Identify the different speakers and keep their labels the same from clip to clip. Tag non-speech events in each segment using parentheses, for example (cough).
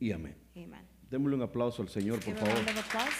Speaker 1: y amén.
Speaker 2: Amen.
Speaker 1: Démosle un aplauso al Señor, por
Speaker 2: Give a round
Speaker 1: favor.
Speaker 2: of applause.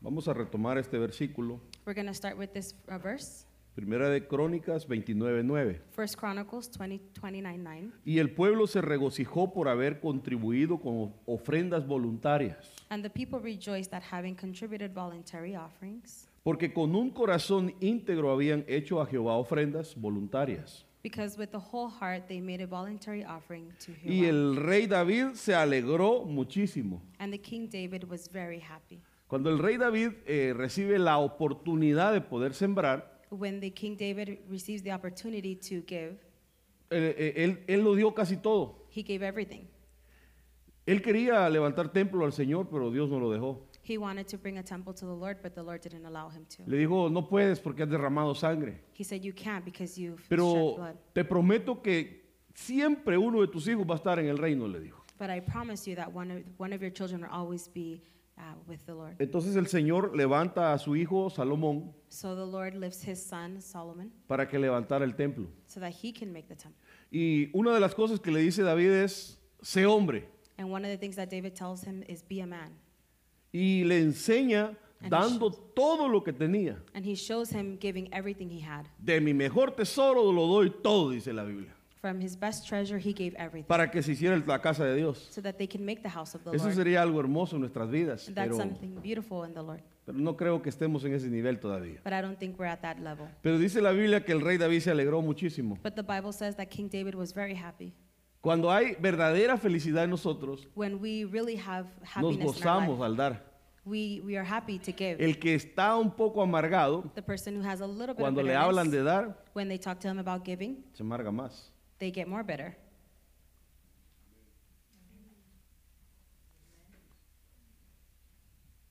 Speaker 1: Vamos a retomar este versículo.
Speaker 2: We're going to start with this uh, verse,
Speaker 1: Primera de Crónicas 29:9.
Speaker 2: First Chronicles 20, 29, 9.
Speaker 1: Y el pueblo se regocijó por haber contribuido con ofrendas voluntarias,
Speaker 2: And the people rejoiced at having contributed voluntary offerings,
Speaker 1: porque con un corazón íntegro habían hecho a Jehová ofrendas voluntarias.
Speaker 2: because with the whole heart they made a voluntary offering to
Speaker 1: Y
Speaker 2: Jehovah.
Speaker 1: el rey David se alegró muchísimo.
Speaker 2: And the king David was very happy.
Speaker 1: Cuando el rey David eh, recibe la oportunidad de poder sembrar,
Speaker 2: When the king David receives the opportunity to give,
Speaker 1: eh, eh, él, él lo dio casi todo.
Speaker 2: he gave everything.
Speaker 1: Él quería levantar templo al Señor, pero Dios no lo dejó.
Speaker 2: He wanted to bring a temple to the Lord, but the Lord didn't allow him to.
Speaker 1: Le dijo, no puedes porque has derramado sangre.
Speaker 2: He said, You can't because you've shed
Speaker 1: Pero
Speaker 2: blood.
Speaker 1: te prometo que siempre uno de tus hijos va a estar en el reino, le dijo.
Speaker 2: But I promise you that one of, one of your children will always be uh, with the Lord.
Speaker 1: Entonces el Señor levanta a su hijo Salomón
Speaker 2: So the Lord lifts his son, Solomon,
Speaker 1: para que levantara el templo.
Speaker 2: so that he can make the temple.
Speaker 1: Y una de las cosas que le dice David es, sé hombre.
Speaker 2: And one of the things that David tells him is be a man.
Speaker 1: Y le enseña
Speaker 2: And
Speaker 1: dando todo lo que tenía.
Speaker 2: And he shows him giving everything he had.
Speaker 1: De mi mejor tesoro lo doy todo, dice la Biblia.
Speaker 2: From his best treasure, he gave everything
Speaker 1: Para que se hiciera la casa de Dios.
Speaker 2: so that they can make the house of the
Speaker 1: Eso
Speaker 2: Lord.
Speaker 1: sería algo hermoso en nuestras vidas.
Speaker 2: And that's
Speaker 1: Pero,
Speaker 2: something beautiful in the Lord.
Speaker 1: pero no creo que estemos en ese nivel todavía.
Speaker 2: But I don't think we're at that level.
Speaker 1: Pero dice la Biblia que el rey David se alegró muchísimo.
Speaker 2: But the Bible says that King David was very happy.
Speaker 1: Cuando hay verdadera felicidad en nosotros,
Speaker 2: When we really have happiness
Speaker 1: nos
Speaker 2: in our
Speaker 1: gozamos
Speaker 2: life,
Speaker 1: al dar.
Speaker 2: we, we are happy to give.
Speaker 1: El que está un poco amargado,
Speaker 2: the person who has a little bit
Speaker 1: cuando
Speaker 2: of
Speaker 1: le
Speaker 2: bitterness,
Speaker 1: hablan de dar,
Speaker 2: when they talk to him about giving,
Speaker 1: se amarga más.
Speaker 2: they get more bitter.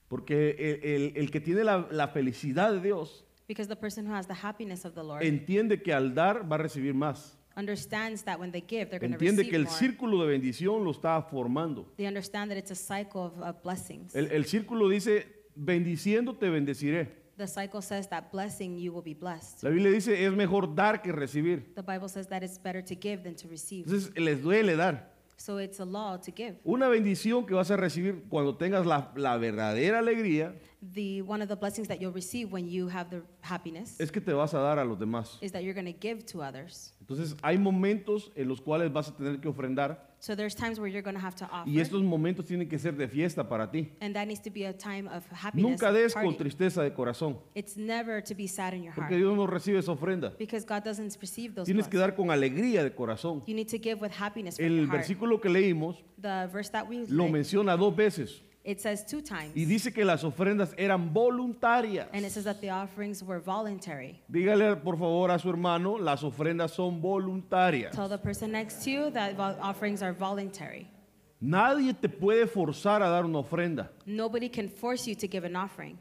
Speaker 1: Porque el, el- el que tiene la, la felicidad de Dios
Speaker 2: Because the person who has the happiness of the Lord
Speaker 1: entiende que al dar va a recibir más.
Speaker 2: understands that when they give, they're going to
Speaker 1: Entiende
Speaker 2: receive
Speaker 1: que el
Speaker 2: more.
Speaker 1: círculo de bendición lo está formando.
Speaker 2: They understand that it's a cycle of, of blessings.
Speaker 1: El, el círculo dice, bendiciendo te bendeciré.
Speaker 2: the cycle says that blessing you will be blessed.
Speaker 1: La Biblia dice, es mejor dar que recibir.
Speaker 2: the Bible says that it's better to give than to receive.
Speaker 1: Entonces les duele dar.
Speaker 2: so it's a law to give.
Speaker 1: Una bendición que vas a recibir cuando tengas la, la verdadera alegría
Speaker 2: The one of the blessings that you'll receive when you have the happiness
Speaker 1: es que te vas a dar a los demás.
Speaker 2: is that you're going to give to others.
Speaker 1: Entonces hay momentos en los cuales vas a tener que ofrendar
Speaker 2: So there's times where you're going to have to offer,
Speaker 1: y estos momentos tienen que ser de fiesta para ti.
Speaker 2: and that needs to be a time of happiness.
Speaker 1: Nunca
Speaker 2: a
Speaker 1: des
Speaker 2: party.
Speaker 1: con tristeza de corazón,
Speaker 2: It's never to be sad in your heart
Speaker 1: porque Dios no recibe esa ofrenda.
Speaker 2: because God doesn't receive those
Speaker 1: Tienes que
Speaker 2: blessings.
Speaker 1: dar con alegría de corazón.
Speaker 2: You need to give with happiness from
Speaker 1: El
Speaker 2: your heart.
Speaker 1: versículo que leímos
Speaker 2: the verse that we
Speaker 1: lo
Speaker 2: read,
Speaker 1: menciona dos veces
Speaker 2: it says two times,
Speaker 1: y dice que las ofrendas eran voluntarias.
Speaker 2: and it says that the offerings were voluntary.
Speaker 1: Dígale por favor a su hermano, las ofrendas son voluntarias.
Speaker 2: Tell the person next to you that vol- offerings are voluntary.
Speaker 1: Nadie te puede forzar a dar una ofrenda.
Speaker 2: Nobody can force you to give an offering.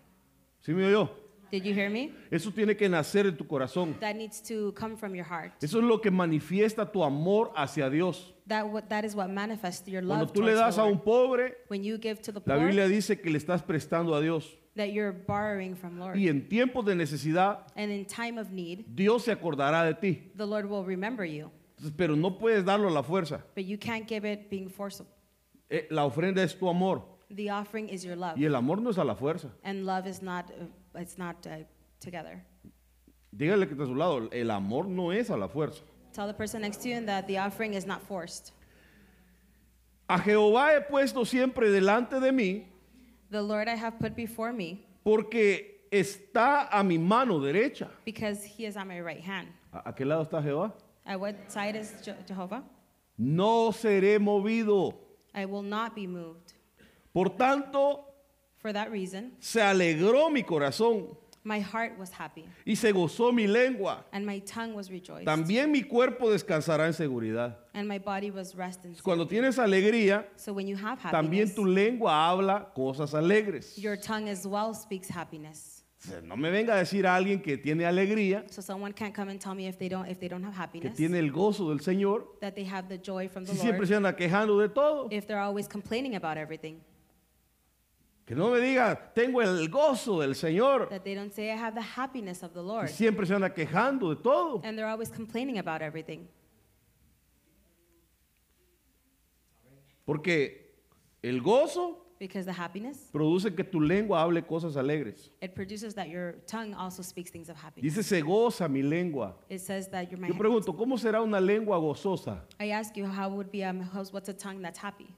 Speaker 1: ¿Sí me oyó?
Speaker 2: Did you hear me?
Speaker 1: Eso tiene que nacer en tu corazón.
Speaker 2: That needs to come from your heart.
Speaker 1: Eso es lo que manifiesta tu amor hacia Dios.
Speaker 2: That what that is what manifests your
Speaker 1: Cuando
Speaker 2: love
Speaker 1: tú le
Speaker 2: towards
Speaker 1: das
Speaker 2: the
Speaker 1: a
Speaker 2: Lord.
Speaker 1: un pobre,
Speaker 2: When you give to the
Speaker 1: la
Speaker 2: poor,
Speaker 1: Biblia dice que le estás prestando a Dios.
Speaker 2: that you're borrowing from Lord.
Speaker 1: Y en tiempos de necesidad,
Speaker 2: And in time of need,
Speaker 1: Dios se acordará de ti.
Speaker 2: the Lord will remember you.
Speaker 1: Entonces, pero no puedes darlo a la fuerza.
Speaker 2: But you can't give it being forcible.
Speaker 1: Eh, La ofrenda es tu amor.
Speaker 2: The offering is your love.
Speaker 1: Y el amor no es a la fuerza.
Speaker 2: And love is not, uh, it's not uh, together.
Speaker 1: Dígale que está a su lado. El amor no es a la fuerza.
Speaker 2: Tell the person next to you that the offering is not forced.
Speaker 1: A Jehová he puesto siempre delante de mí
Speaker 2: The Lord I have put before me
Speaker 1: porque está a mi mano derecha.
Speaker 2: because he is on my right hand.
Speaker 1: ¿A, a qué lado está Jehová?
Speaker 2: At what side is Je- Jehovah?
Speaker 1: No seré movido.
Speaker 2: I will not be moved.
Speaker 1: Por tanto,
Speaker 2: For that reason,
Speaker 1: se alegró mi corazón
Speaker 2: my heart was happy
Speaker 1: y se gozó mi lengua.
Speaker 2: and my tongue was rejoiced
Speaker 1: También mi cuerpo descansará en seguridad.
Speaker 2: and my body was resting.
Speaker 1: Cuando tienes alegría,
Speaker 2: So when you have happiness,
Speaker 1: también tu lengua habla cosas alegres.
Speaker 2: your tongue as well speaks happiness.
Speaker 1: Dice, No me venga a decir a alguien que tiene alegría,
Speaker 2: So someone can't come and tell me if they don't if they don't have
Speaker 1: que
Speaker 2: happiness
Speaker 1: tiene el gozo del Señor,
Speaker 2: that they have the joy from the
Speaker 1: si siempre
Speaker 2: Lord
Speaker 1: se anda quejando de todo.
Speaker 2: if they're always complaining about everything.
Speaker 1: Que no me diga, tengo el gozo del Señor,
Speaker 2: That they don't say I have the happiness of the
Speaker 1: si
Speaker 2: Lord
Speaker 1: siempre se anda quejando de todo.
Speaker 2: and they're always complaining about everything.
Speaker 1: Porque el gozo
Speaker 2: because the happiness,
Speaker 1: produce que tu lengua hable cosas alegres.
Speaker 2: it produces that your tongue also speaks things of happiness.
Speaker 1: Dice, se goza mi lengua.
Speaker 2: It says that you're my.
Speaker 1: Yo pregunto, ¿cómo será una lengua gozosa?
Speaker 2: I ask you, how would be um, how's, what's a tongue that's happy?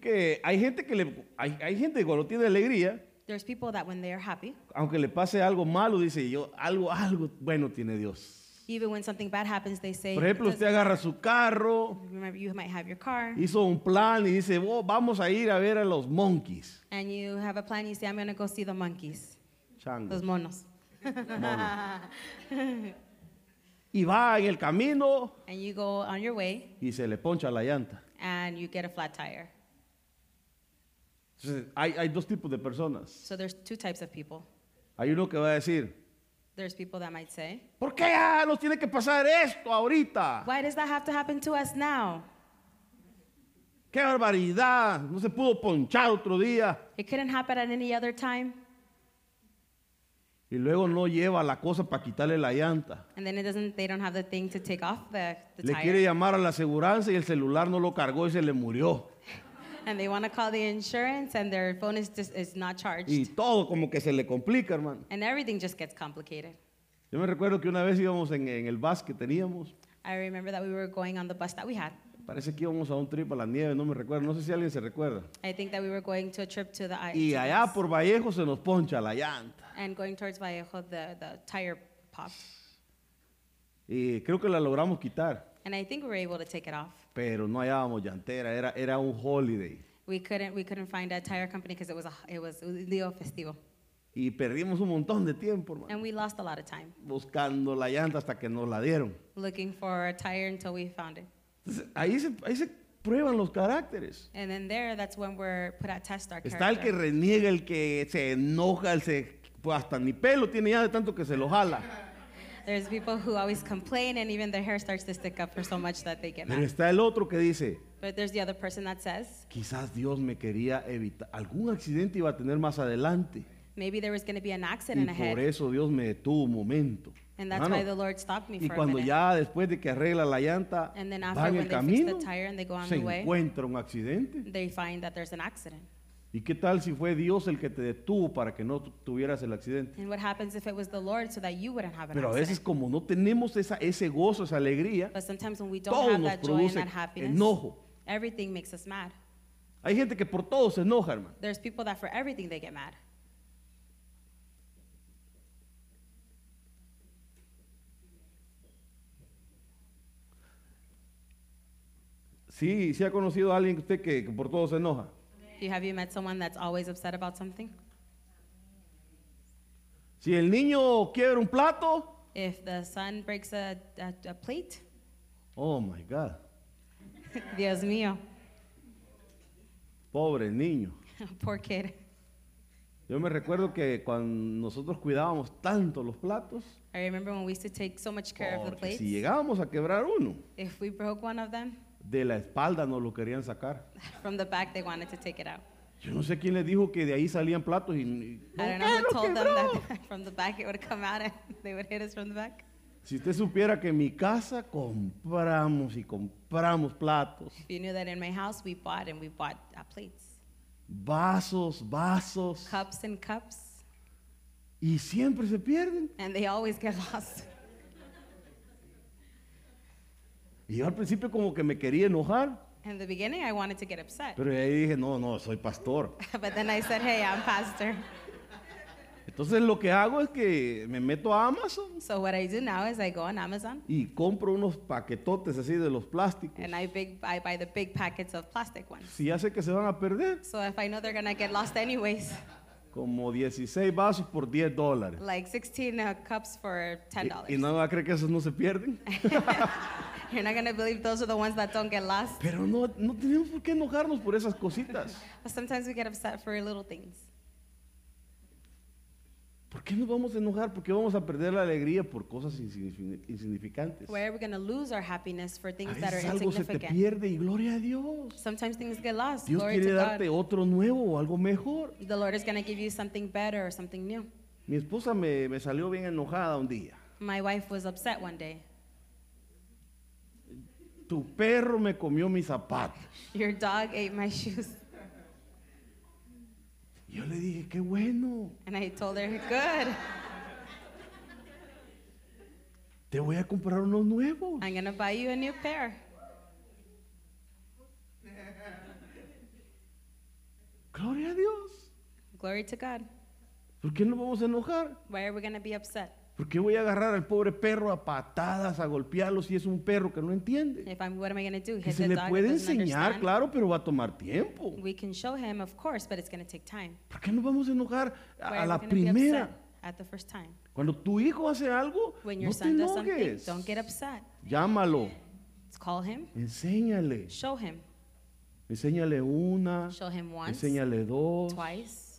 Speaker 1: Que hay gente que le, hay, hay gente que cuando tiene alegría,
Speaker 2: There's people that when they're happy,
Speaker 1: aunque le pase algo malo, dice yo, algo, algo bueno tiene Dios.
Speaker 2: even when something bad happens, they say.
Speaker 1: Por ejemplo,
Speaker 2: "It
Speaker 1: usted
Speaker 2: doesn't
Speaker 1: agarra su carro,
Speaker 2: Remember, you might have your car
Speaker 1: hizo un plan y dice, "Oh, vamos a ir a ver a los monkeys.
Speaker 2: and you have a plan. You say, I'm going to go see the monkeys,
Speaker 1: Chango.
Speaker 2: los monos.
Speaker 1: (laughs) Y va en el camino
Speaker 2: And you go on your way
Speaker 1: y se le poncha la llanta.
Speaker 2: and you get a flat tire.
Speaker 1: Entonces, hay, hay dos tipos de personas.
Speaker 2: So there's two types of people.
Speaker 1: Hay uno que va a decir,
Speaker 2: There's people that might say,
Speaker 1: ¿por qué ah, nos tiene que pasar esto ahorita?
Speaker 2: Why does that have to happen to us now?
Speaker 1: ¡Qué barbaridad! No se pudo ponchar otro día.
Speaker 2: It couldn't happen at any other time.
Speaker 1: Y luego no lleva la cosa para quitarle la llanta.
Speaker 2: And then it doesn't, they don't have the thing to take off the, the
Speaker 1: Le quiere
Speaker 2: tire.
Speaker 1: llamar a la aseguranza y el celular no lo cargó y se le murió.
Speaker 2: And they want to call the insurance and their phone is, just, is not
Speaker 1: Y
Speaker 2: charged.
Speaker 1: todo como que se le complica, hermano.
Speaker 2: And everything just gets complicated.
Speaker 1: Yo me recuerdo que una vez íbamos en, en el bus que teníamos.
Speaker 2: I remember that we were going on the bus that we had.
Speaker 1: Parece que íbamos a un trip a la nieve, no me recuerdo. No sé si alguien se recuerda.
Speaker 2: I think that we were going to a trip to the I-
Speaker 1: Y
Speaker 2: to
Speaker 1: allá
Speaker 2: this.
Speaker 1: por Vallejo se nos poncha la llanta.
Speaker 2: and going towards Vallejo, the, the tire popped.
Speaker 1: Y creo que la logramos quitar,
Speaker 2: And I think we were able to take it off.
Speaker 1: pero no hallábamos llantera. Era, era un holiday.
Speaker 2: We couldn't, we couldn't find a tire company because it was a, it was Leo Festivo.
Speaker 1: Y perdimos un montón de tiempo, hermano.
Speaker 2: And we lost a lot of time
Speaker 1: buscando la llanta hasta que nos la dieron.
Speaker 2: looking for a tire until we found it.
Speaker 1: Entonces, ahí se, ahí se prueban los caracteres.
Speaker 2: And then there, that's when we're put at test our
Speaker 1: Está el que
Speaker 2: character.
Speaker 1: reniega, el que se enoja, el se, pues hasta ni pelo tiene ya de tanto que se lo jala.
Speaker 2: There's people who always complain and even their hair starts to stick up for so much that they get
Speaker 1: Pero
Speaker 2: mad.
Speaker 1: está el otro que dice,
Speaker 2: But there's the other person that says,
Speaker 1: quizás Dios me quería evitar, algún accidente iba a tener más adelante.
Speaker 2: maybe there was going to be an
Speaker 1: Y
Speaker 2: accident
Speaker 1: por
Speaker 2: ahead.
Speaker 1: eso Dios me detuvo un momento.
Speaker 2: And that's
Speaker 1: Hermano,
Speaker 2: why the Lord stopped me
Speaker 1: y
Speaker 2: for a
Speaker 1: cuando
Speaker 2: minute.
Speaker 1: ya después de que arregla la llanta,
Speaker 2: And then
Speaker 1: va
Speaker 2: after
Speaker 1: en
Speaker 2: when
Speaker 1: el
Speaker 2: they fix
Speaker 1: camino,
Speaker 2: the tire and they go on
Speaker 1: se
Speaker 2: the way,
Speaker 1: encuentra un accidente.
Speaker 2: they find that there's an accident.
Speaker 1: ¿Y qué tal si fue Dios el que te detuvo para que no tu- tuvieras el accidente?
Speaker 2: And what happens if it was the Lord so that you wouldn't have an
Speaker 1: Pero a veces
Speaker 2: accident?
Speaker 1: como no tenemos esa, ese gozo, esa alegría,
Speaker 2: But sometimes when we
Speaker 1: todo
Speaker 2: don't have
Speaker 1: nos
Speaker 2: that joy and
Speaker 1: produce
Speaker 2: that happiness,
Speaker 1: enojo.
Speaker 2: everything makes us mad.
Speaker 1: hay gente que por todo se enoja, hermano.
Speaker 2: There's people that for everything they get mad.
Speaker 1: Sí, sí ha conocido a alguien que usted que, que por todo se enoja.
Speaker 2: Do you, have you met someone that's always upset about something?
Speaker 1: Si el niño quiebra un plato,
Speaker 2: If the son breaks a, a, a plate,
Speaker 1: oh my God,
Speaker 2: Dios mío, (laughs)
Speaker 1: pobre niño.
Speaker 2: poor kid.
Speaker 1: Yo me recuerdo que cuando nosotros cuidábamos tanto los platos,
Speaker 2: I remember when we used to take so much care of the
Speaker 1: porque
Speaker 2: plates.
Speaker 1: si llegábamos a quebrar uno,
Speaker 2: If we broke one of them, (laughs)
Speaker 1: de la espalda nos lo querían sacar.
Speaker 2: from the back they wanted to take it out.
Speaker 1: Yo no sé quién les dijo que de ahí salían platos y... y-
Speaker 2: I
Speaker 1: ¿Por
Speaker 2: don't
Speaker 1: qué
Speaker 2: know
Speaker 1: lo
Speaker 2: who told them
Speaker 1: quebró?
Speaker 2: that (laughs) from the back it would come out and (laughs) they would hit us from the back.
Speaker 1: Si usted supiera que en mi casa compramos y compramos platos,
Speaker 2: If you knew that in my house we bought and we bought uh, plates,
Speaker 1: vasos, vasos,
Speaker 2: cups and cups,
Speaker 1: y siempre se pierden.
Speaker 2: and they always (laughs) get lost.
Speaker 1: Y yo al principio como que me quería enojar,
Speaker 2: In the beginning I wanted to get upset,
Speaker 1: pero ahí dije, no, no, soy pastor.
Speaker 2: (laughs) but then I said, "Hey, I'm pastor." (laughs)
Speaker 1: Entonces lo que hago es que me meto a Amazon
Speaker 2: So what I do now is I go on Amazon
Speaker 1: y compro unos paquetotes así de los plásticos.
Speaker 2: and I big I buy the big packets of plastic ones.
Speaker 1: Si ya sé que se van a perder,
Speaker 2: So if I know they're gonna get lost anyways, (laughs)
Speaker 1: como 16 vasos por 10 dólares.
Speaker 2: like 16 uh, cups for ten
Speaker 1: Y, y
Speaker 2: dollars.
Speaker 1: no me va a creer que esos no se pierden.
Speaker 2: You're not gonna believe those are the ones that don't get lost.
Speaker 1: Pero no, no tenemos por qué enojarnos por esas cositas.
Speaker 2: But sometimes we get upset for little things.
Speaker 1: ¿Por qué nos vamos a enojar? ¿Por qué vamos a perder la alegría por cosas insignifi- insignificantes?
Speaker 2: Where are we gonna lose our happiness for
Speaker 1: A
Speaker 2: things that are
Speaker 1: veces algo se te
Speaker 2: insignificant?
Speaker 1: pierde y gloria a Dios.
Speaker 2: Sometimes things get lost.
Speaker 1: Dios
Speaker 2: Glory
Speaker 1: quiere
Speaker 2: to God.
Speaker 1: darte otro nuevo o algo mejor.
Speaker 2: The Lord is going to give you something better or something new.
Speaker 1: Mi esposa me, me salió bien enojada un día.
Speaker 2: My wife was upset one day.
Speaker 1: Tu perro me comió mis zapatos.
Speaker 2: Your dog ate my (laughs) shoes.
Speaker 1: Yo le dije, qué bueno,
Speaker 2: And I told her, Good.
Speaker 1: te voy a comprar unos nuevos.
Speaker 2: I'm going to buy you a new pair.
Speaker 1: Gloria a Dios.
Speaker 2: Glory to God.
Speaker 1: ¿Por qué nos vamos a enojar?
Speaker 2: Why are we going to be upset?
Speaker 1: ¿Por qué voy a agarrar al pobre perro a patadas, a golpearlo si es un perro que no entiende?
Speaker 2: If I'm, what am I going to do?
Speaker 1: Que
Speaker 2: Hit
Speaker 1: se
Speaker 2: the
Speaker 1: le
Speaker 2: dog that
Speaker 1: puede
Speaker 2: doesn't
Speaker 1: enseñar,
Speaker 2: pues, understand?
Speaker 1: claro, pero va a tomar tiempo.
Speaker 2: We can show him, of course, but it's going to take time.
Speaker 1: ¿Por qué nos vamos a enojar
Speaker 2: Why
Speaker 1: a, a
Speaker 2: are
Speaker 1: la
Speaker 2: we gonna be upset
Speaker 1: primera?
Speaker 2: At the first time.
Speaker 1: Cuando tu hijo hace algo,
Speaker 2: When your
Speaker 1: no te
Speaker 2: son does something,
Speaker 1: enojes.
Speaker 2: don't get upset.
Speaker 1: Llámalo,
Speaker 2: Let's call him.
Speaker 1: enséñale.
Speaker 2: Show him.
Speaker 1: Enséñale una,
Speaker 2: Show him once,
Speaker 1: enséñale dos.
Speaker 2: twice.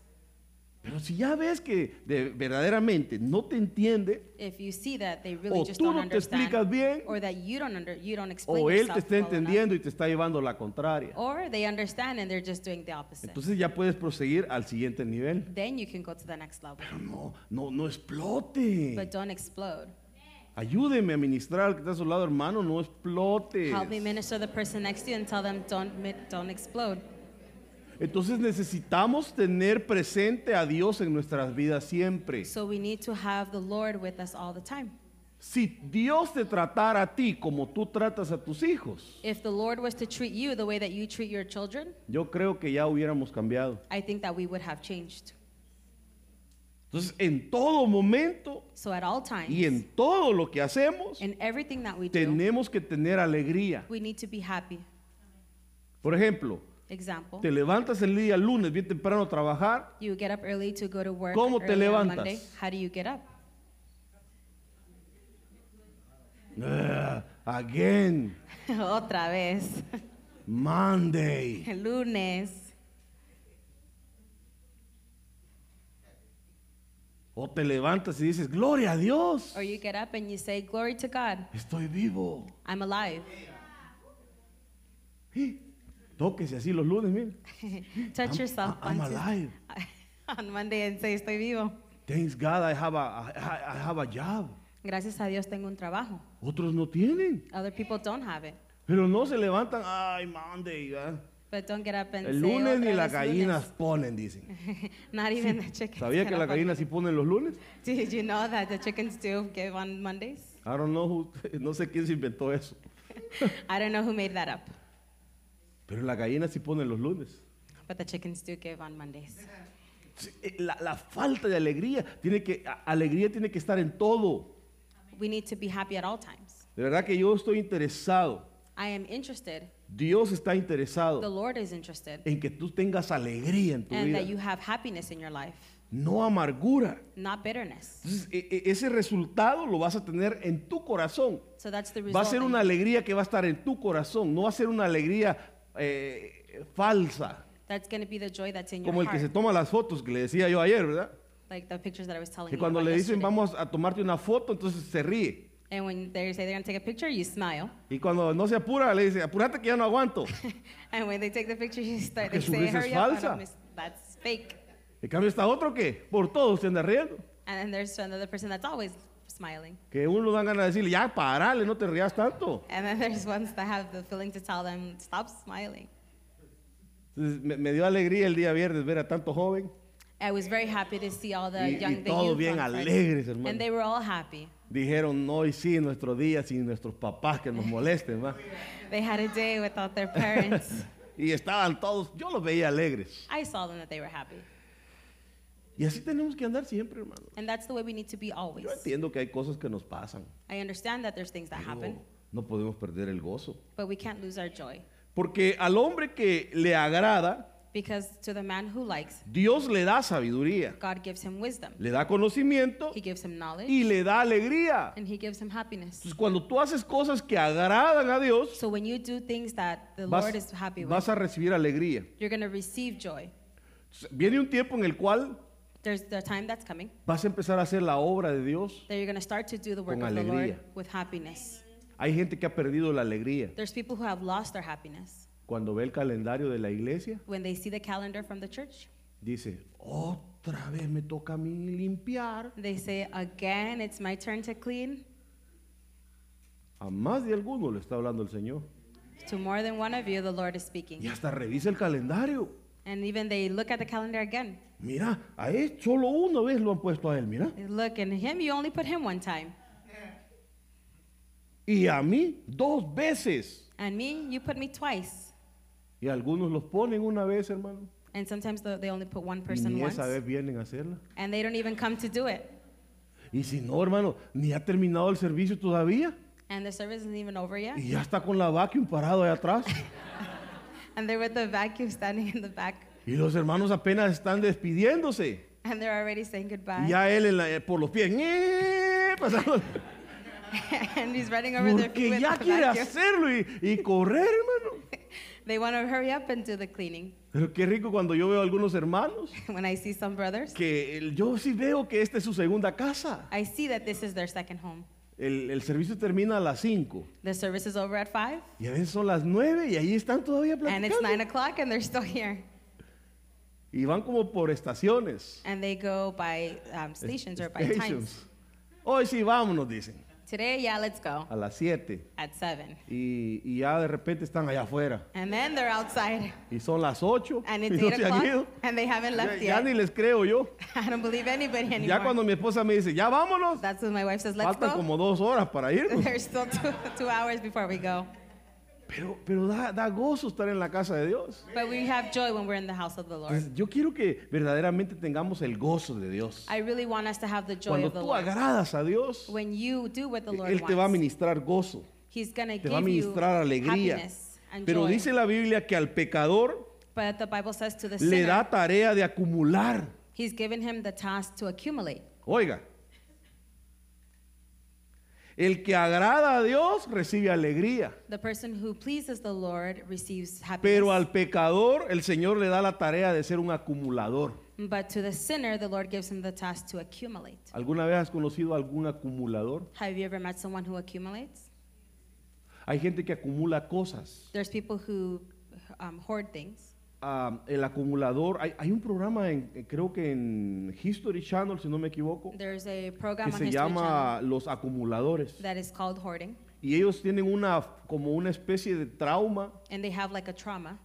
Speaker 1: Pero si ya ves que de- verdaderamente no te entiende,
Speaker 2: If you see that they really
Speaker 1: o
Speaker 2: just
Speaker 1: tú
Speaker 2: don't
Speaker 1: no te explicas
Speaker 2: understand,
Speaker 1: bien,
Speaker 2: or that you don't under, you don't explain
Speaker 1: o él te
Speaker 2: yourself
Speaker 1: está
Speaker 2: well enough,
Speaker 1: entendiendo y te está llevando la contraria.
Speaker 2: or they understand and they're just doing the opposite.
Speaker 1: Entonces ya puedes proseguir al siguiente nivel.
Speaker 2: Then you can go to the next level,
Speaker 1: Pero no, no, no explote.
Speaker 2: but don't explode.
Speaker 1: Ayúdeme a ministrar al que está a su lado, hermano, no explote.
Speaker 2: Help me minister the person next to you and tell them don't mi- don't explode.
Speaker 1: Entonces necesitamos tener presente a Dios en nuestras vidas siempre.
Speaker 2: So we need to have the Lord with us all the time.
Speaker 1: Si Dios te tratara a ti como tú tratas a tus hijos,
Speaker 2: If the Lord was to treat you the way that you treat your children,
Speaker 1: yo creo que ya hubiéramos cambiado.
Speaker 2: I think that we would have changed.
Speaker 1: Entonces, en todo momento
Speaker 2: So at all times,
Speaker 1: y en todo lo que hacemos,
Speaker 2: in everything that we do,
Speaker 1: tenemos que tener alegría.
Speaker 2: we need to be happy.
Speaker 1: Por ejemplo,
Speaker 2: Example,
Speaker 1: te levantas el día lunes bien temprano a trabajar,
Speaker 2: you get up early to go to work
Speaker 1: ¿Cómo te
Speaker 2: early on
Speaker 1: levantas?
Speaker 2: Monday. How do you get up? (laughs)
Speaker 1: "Ugh, "Ah, again,
Speaker 2: Otra vez. (laughs)
Speaker 1: Monday.
Speaker 2: Lunes.
Speaker 1: O te levantas y dices, gloria a Dios,
Speaker 2: Or you get up and you say, Glory to God,
Speaker 1: estoy vivo.
Speaker 2: I'm alive. (laughs)
Speaker 1: ¡Eh! Tóquese así los lunes, miren.
Speaker 2: Touch
Speaker 1: I'm-
Speaker 2: yourself
Speaker 1: I'm
Speaker 2: on, Tues-
Speaker 1: alive.
Speaker 2: (laughs) on Monday and say, Estoy vivo.
Speaker 1: Thanks God, I have a, I- I have a job.
Speaker 2: Gracias a Dios tengo un trabajo.
Speaker 1: Otros no tienen.
Speaker 2: Other people don't have it.
Speaker 1: Pero no se levantan, ay, Monday. ¿verdad?
Speaker 2: But don't get up and
Speaker 1: El
Speaker 2: say,
Speaker 1: lunes
Speaker 2: "Otra
Speaker 1: ni
Speaker 2: vez
Speaker 1: las gallinas
Speaker 2: lunes."
Speaker 1: ponen,
Speaker 2: (laughs)
Speaker 1: dicen.
Speaker 2: Not even
Speaker 1: (laughs)
Speaker 2: the chickens.
Speaker 1: ¿Sabía
Speaker 2: get
Speaker 1: que
Speaker 2: up (laughs) on
Speaker 1: las gallinas sí ponen los lunes?
Speaker 2: Did you know that the chickens do give on Mondays?
Speaker 1: I don't know who- (laughs) no sé quién se inventó eso.
Speaker 2: (laughs) I don't know who made that up,
Speaker 1: Pero las gallinas sí ponen los lunes.
Speaker 2: but the chickens do give on Mondays.
Speaker 1: Sí, eh, La, la falta de alegría tiene que, a- alegría tiene que estar en todo.
Speaker 2: We need to be happy at all times.
Speaker 1: De verdad que yo estoy interesado.
Speaker 2: I am interested.
Speaker 1: Dios está
Speaker 2: The
Speaker 1: interesado
Speaker 2: Lord is interested.
Speaker 1: en que tú tengas alegría en tu
Speaker 2: And
Speaker 1: vida,
Speaker 2: that you have happiness in your life,
Speaker 1: no amargura.
Speaker 2: not bitterness.
Speaker 1: Entonces, e- e- ese resultado lo vas a tener en tu corazón.
Speaker 2: So that's the
Speaker 1: Va a
Speaker 2: result.
Speaker 1: ser una alegría que va a estar en tu corazón, no va a ser una alegría eh, falsa,
Speaker 2: That's going to be the joy that's in
Speaker 1: como
Speaker 2: your
Speaker 1: el que se
Speaker 2: heart.
Speaker 1: toma las fotos que le decía yo ayer, ¿verdad?
Speaker 2: Like the pictures that I was telling
Speaker 1: Que
Speaker 2: you
Speaker 1: cuando
Speaker 2: about
Speaker 1: le dicen
Speaker 2: yesterday.
Speaker 1: vamos a tomarte una foto, entonces se ríe.
Speaker 2: And when they say they're going to take a picture, you smile. (laughs)
Speaker 1: Y cuando no se apura, le dice, apúrate que ya no aguanto.
Speaker 2: And when they take the picture, you start, they
Speaker 1: Porque su
Speaker 2: say,
Speaker 1: risa es
Speaker 2: hurry up. I
Speaker 1: falsa.
Speaker 2: don't miss- That's fake.
Speaker 1: En cambio está otro que por todo se anda riendo.
Speaker 2: And then there's another person that's always smiling.
Speaker 1: Que uno dan ganas de decirle, ya parale, no te rías tanto.
Speaker 2: And then there's ones that have the feeling to tell them, stop smiling.
Speaker 1: Entonces, me, me dio alegría el día viernes ver a tanto joven.
Speaker 2: I was very happy to see all the
Speaker 1: Y- y
Speaker 2: young the
Speaker 1: todos
Speaker 2: youth
Speaker 1: bien
Speaker 2: on Friday.
Speaker 1: alegres, hermano.
Speaker 2: And they were all happy.
Speaker 1: Dijeron, no, y sí, nuestro día sin nuestros papás que nos molesten, ¿va?
Speaker 2: They had a day without their parents. (laughs)
Speaker 1: Y estaban todos, yo los veía alegres.
Speaker 2: I saw them that they were happy.
Speaker 1: Y así tenemos que andar siempre, hermano.
Speaker 2: And that's the way we need to be always.
Speaker 1: Yo entiendo que hay cosas que nos pasan.
Speaker 2: I understand that there's things that
Speaker 1: pero
Speaker 2: happen,
Speaker 1: no podemos perder el gozo.
Speaker 2: but we can't lose our joy.
Speaker 1: Porque al hombre que le agrada,
Speaker 2: Because to the man who likes,
Speaker 1: Dios le da sabiduría,
Speaker 2: God gives him wisdom,
Speaker 1: le da conocimiento
Speaker 2: He gives him knowledge,
Speaker 1: y le da alegría.
Speaker 2: and He gives him happiness.
Speaker 1: Entonces, cuando tú haces cosas que agradan a Dios,
Speaker 2: So when you do things that the
Speaker 1: vas,
Speaker 2: Lord is happy
Speaker 1: vas
Speaker 2: with,
Speaker 1: a recibir alegría.
Speaker 2: you're going to receive joy.
Speaker 1: Entonces, Viene un tiempo en el cual
Speaker 2: There's the time that's coming
Speaker 1: vas a empezar a hacer la obra de Dios.
Speaker 2: that you're going to start to do the work
Speaker 1: Con
Speaker 2: of the Lord
Speaker 1: alegría.
Speaker 2: with happiness.
Speaker 1: Hay gente que ha perdido la alegría
Speaker 2: There's people who have lost their happiness.
Speaker 1: cuando ve el calendario de la iglesia.
Speaker 2: When they see the calendar from the church,
Speaker 1: Dice, otra otra vez me toca a mí limpiar.
Speaker 2: They say, again, it's my turn to clean.
Speaker 1: A más de alguno le está hablando el Señor.
Speaker 2: To more than one of you, the Lord is
Speaker 1: Y
Speaker 2: speaking.
Speaker 1: hasta revisa el calendario.
Speaker 2: And even they look at the calendar again.
Speaker 1: Mira, a él solo una vez lo han puesto a él, mira.
Speaker 2: They look, and him, you only put him one time.
Speaker 1: Y a mí dos veces.
Speaker 2: And me, you put me twice.
Speaker 1: Y algunos los ponen una vez, hermano.
Speaker 2: And sometimes the- they only put one
Speaker 1: Y
Speaker 2: person
Speaker 1: ni
Speaker 2: once.
Speaker 1: esa vez vienen a hacerla.
Speaker 2: And they don't even come to do it.
Speaker 1: Y si no, hermano, ni ha terminado el servicio todavía.
Speaker 2: And the service isn't even over
Speaker 1: (laughs)
Speaker 2: yet.
Speaker 1: Y ya está con la vacuum parado ahí atrás.
Speaker 2: And they're with the vacuum standing in the back.
Speaker 1: Y los hermanos apenas están despidiéndose.
Speaker 2: And they're already saying
Speaker 1: Y
Speaker 2: goodbye.
Speaker 1: ya él en la- eh, por los pies. ¡ñe! pasando-
Speaker 2: (laughs) and he's running over their feet
Speaker 1: Porque
Speaker 2: with
Speaker 1: ya
Speaker 2: the
Speaker 1: quiere
Speaker 2: vacuum.
Speaker 1: hacerlo y, y correr, hermano.
Speaker 2: They want to hurry up and do the cleaning. (laughs)
Speaker 1: Pero qué rico cuando yo veo a algunos hermanos
Speaker 2: When I see some brothers,
Speaker 1: que el- yo sí veo que esta es su segunda casa.
Speaker 2: I see that this is their second home.
Speaker 1: El, el servicio termina a las 5
Speaker 2: The service is over at 5,
Speaker 1: y a veces son las 9 y ahí están todavía
Speaker 2: and it's 9
Speaker 1: platicando.
Speaker 2: o'clock, and they're still (laughs) here.
Speaker 1: Y van como por estaciones.
Speaker 2: And they go by um, stations or by times.
Speaker 1: Stations. Hoy sí, vámonos, dicen,
Speaker 2: Today, yeah, let's go
Speaker 1: a las 7.
Speaker 2: at 7.
Speaker 1: Y, y ya de repente están allá afuera.
Speaker 2: And then they're outside, (laughs)
Speaker 1: Y son las 8
Speaker 2: and
Speaker 1: (laughs) y
Speaker 2: it's
Speaker 1: no
Speaker 2: 8
Speaker 1: se han
Speaker 2: o'clock,
Speaker 1: ido.
Speaker 2: and they haven't
Speaker 1: Ya,
Speaker 2: left
Speaker 1: ya
Speaker 2: yet.
Speaker 1: ni les creo yo.
Speaker 2: (laughs) I don't believe anybody anymore.
Speaker 1: Ya cuando mi esposa me dice, ya vámonos,
Speaker 2: That's when my wife says, let's
Speaker 1: faltan
Speaker 2: go.
Speaker 1: como dos horas para
Speaker 2: (laughs)
Speaker 1: irnos.
Speaker 2: There's still two, two hours before we go.
Speaker 1: Pero, pero da, da gozo estar en la casa de Dios.
Speaker 2: But we have joy when we're in the house of the Lord.
Speaker 1: Entonces, yo quiero que verdaderamente tengamos el gozo de Dios.
Speaker 2: I really want us to have the joy
Speaker 1: Cuando
Speaker 2: of the
Speaker 1: tú
Speaker 2: Lord.
Speaker 1: agradas a Dios,
Speaker 2: When you do what the Lord
Speaker 1: Él te va a
Speaker 2: wants,
Speaker 1: ministrar gozo,
Speaker 2: He's going to
Speaker 1: te va a
Speaker 2: give you
Speaker 1: ministrar alegría.
Speaker 2: happiness and
Speaker 1: Pero
Speaker 2: joy.
Speaker 1: dice la Biblia que al pecador
Speaker 2: But the Bible says to the
Speaker 1: le
Speaker 2: sinner,
Speaker 1: da tarea de acumular.
Speaker 2: He's given him the task to accumulate.
Speaker 1: Oiga, el que agrada a Dios recibe alegría.
Speaker 2: The person who pleases the Lord receives happiness.
Speaker 1: Pero al pecador el Señor le da la tarea de ser un acumulador.
Speaker 2: But to the sinner, the Lord gives him the task to accumulate.
Speaker 1: ¿Alguna vez has conocido a algún acumulador?
Speaker 2: Have you ever met someone who accumulates?
Speaker 1: Hay gente que acumula cosas.
Speaker 2: There's people who um, hoard things.
Speaker 1: Ah, el acumulador, hay, hay un programa, en, eh, creo que en History Channel, si no me equivoco,
Speaker 2: There's a
Speaker 1: que
Speaker 2: program on
Speaker 1: se
Speaker 2: History Channel
Speaker 1: llama Los Acumuladores.
Speaker 2: that is called hoarding,
Speaker 1: Y ellos tienen una, como una especie de trauma
Speaker 2: and they have like a trauma,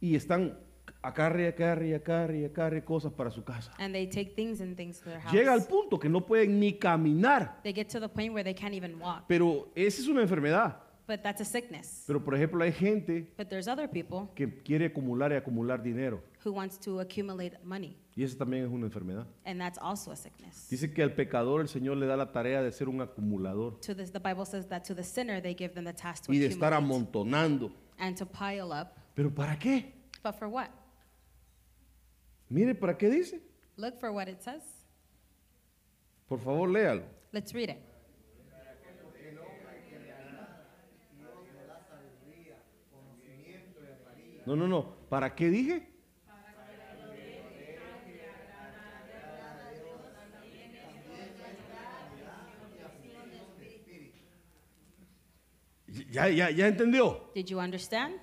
Speaker 1: y están acarre, acarre, acarre, acarre cosas para su casa.
Speaker 2: and they take things and things to their house.
Speaker 1: Llega al punto que no pueden ni caminar,
Speaker 2: They get to the point where they can't even walk.
Speaker 1: pero esa es una enfermedad.
Speaker 2: But that's a sickness.
Speaker 1: Pero por ejemplo hay gente
Speaker 2: But there's other people
Speaker 1: que quiere acumular y acumular dinero
Speaker 2: who wants to accumulate money,
Speaker 1: y esa también es una enfermedad.
Speaker 2: and that's also a sickness.
Speaker 1: Dice que al pecador el Señor le da la tarea de ser un acumulador
Speaker 2: To this, the Bible says that to the sinner they give them the task to
Speaker 1: y de estar
Speaker 2: accumulate
Speaker 1: amontonando.
Speaker 2: and to pile up.
Speaker 1: ¿Pero para qué?
Speaker 2: But for what?
Speaker 1: Mire, ¿para qué dice?
Speaker 2: Look for what it says.
Speaker 1: Por favor, léalo.
Speaker 2: Let's read it.
Speaker 1: No, no, no. ¿Para qué dije? Ya, ya, ya entendió.
Speaker 2: Did you understand?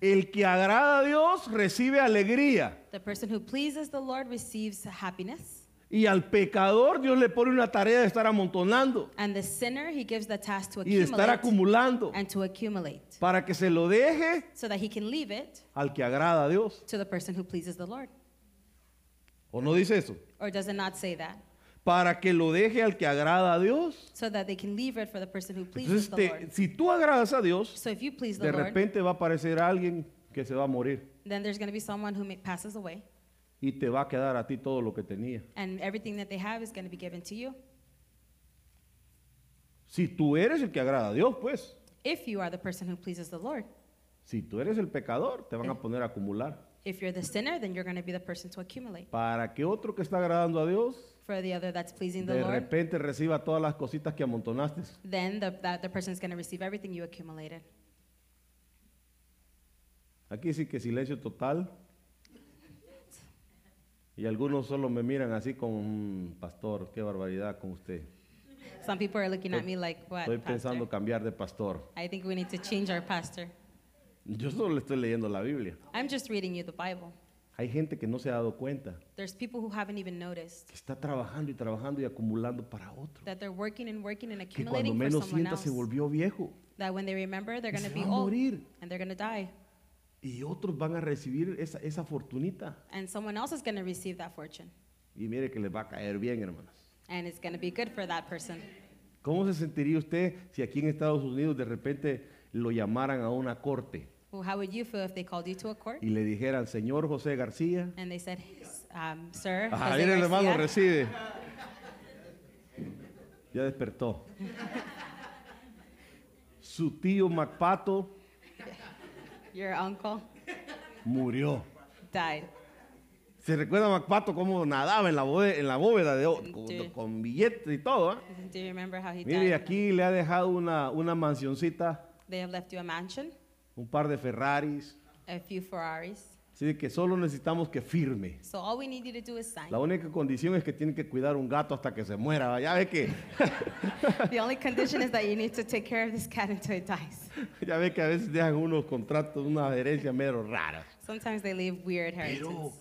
Speaker 1: El que agrada a Dios recibe alegría.
Speaker 2: The person who pleases the Lord receives happiness,
Speaker 1: Y al pecador Dios le pone una tarea de estar amontonando
Speaker 2: and the sinner he gives the task to
Speaker 1: y de estar
Speaker 2: accumulate
Speaker 1: acumulando
Speaker 2: and to accumulate,
Speaker 1: para que se lo deje
Speaker 2: so that he can leave it
Speaker 1: al que agrada a Dios.
Speaker 2: to the person who pleases the Lord.
Speaker 1: ¿O no dice eso?
Speaker 2: Or does it not say that?
Speaker 1: Para que lo deje al que agrada a Dios.
Speaker 2: So that they can leave it for the person who pleases
Speaker 1: Entonces,
Speaker 2: the
Speaker 1: te-
Speaker 2: Lord.
Speaker 1: si tú agradas a Dios,
Speaker 2: So if you please the
Speaker 1: De
Speaker 2: Lord,
Speaker 1: repente va a aparecer alguien que se va a morir
Speaker 2: then there's going to be someone who may, passes away,
Speaker 1: y te va a quedar a ti todo lo que tenía.
Speaker 2: and everything that they have is going to be given to you.
Speaker 1: Si tú eres el que agrada a Dios, pues.
Speaker 2: If you are the person who pleases the Lord,
Speaker 1: Si tú eres el pecador, te van
Speaker 2: Eh.
Speaker 1: a poner a acumular.
Speaker 2: if you're the sinner, then you're going to be the person to accumulate.
Speaker 1: Para que otro que está agradando a Dios,
Speaker 2: For the other that's pleasing the
Speaker 1: de
Speaker 2: Lord,
Speaker 1: repente reciba todas las cositas que amontonaste.
Speaker 2: then the, that the person's going to receive everything you accumulated.
Speaker 1: Aquí sí que silencio total. Y algunos solo me miran así como, "Mm, pastor, qué barbaridad con usted.
Speaker 2: Some people are looking at me like, what,
Speaker 1: Estoy
Speaker 2: pastor?
Speaker 1: pensando cambiar de pastor.
Speaker 2: I think we need to change our pastor.
Speaker 1: Yo solo le estoy leyendo la Biblia.
Speaker 2: I'm just reading you the Bible.
Speaker 1: Hay Hay gente que no se ha dado cuenta,
Speaker 2: There's people who haven't even noticed
Speaker 1: que está trabajando y trabajando y acumulando para otro.
Speaker 2: that they're working and working and
Speaker 1: Que cuando
Speaker 2: accumulating for
Speaker 1: menos
Speaker 2: someone
Speaker 1: sienta
Speaker 2: else.
Speaker 1: se volvió viejo.
Speaker 2: That when they remember, they're
Speaker 1: Y
Speaker 2: going to
Speaker 1: se
Speaker 2: be
Speaker 1: va a
Speaker 2: old
Speaker 1: morir.
Speaker 2: and they're going to die.
Speaker 1: Y otros van a recibir esa, esa fortunita.
Speaker 2: And someone else is going to receive that fortune.
Speaker 1: Y mire que les va a caer bien, hermanos.
Speaker 2: And it's going to be good for that person.
Speaker 1: ¿Cómo se sentiría usted si aquí en Estados Unidos de repente lo llamaran a una corte
Speaker 2: Well, how would you feel if they called you to a court
Speaker 1: y le dijeran, señor José García?
Speaker 2: and they said, um, Sir,
Speaker 1: Ajá,
Speaker 2: José
Speaker 1: mire el hermano,
Speaker 2: García,
Speaker 1: recibe. Ya despertó. Su tío Macpato
Speaker 2: your uncle
Speaker 1: murió.
Speaker 2: died?
Speaker 1: ¿Se recuerda Macpato cómo nadaba en la bóveda, en la bóveda de, o- con,
Speaker 2: Sí.
Speaker 1: con billetes y todo? ¿eh?
Speaker 2: Do you remember how he
Speaker 1: Mire, y
Speaker 2: died?
Speaker 1: aquí le ha dejado una, una mansioncita,
Speaker 2: They have left you a mansion,
Speaker 1: un par de Ferraris.
Speaker 2: a few Ferraris.
Speaker 1: Así que solo necesitamos que firme.
Speaker 2: So all we need you to do is sign.
Speaker 1: La única condición es que tiene que cuidar un gato hasta que se muera. ¿va? Ya ve que,
Speaker 2: The only condition is that you need to take care of this cat until it dies.
Speaker 1: (laughs) ya ve que a veces dejan unos contratos, unas herencias mero raras.
Speaker 2: Sometimes they leave weird
Speaker 1: Pero
Speaker 2: heritage.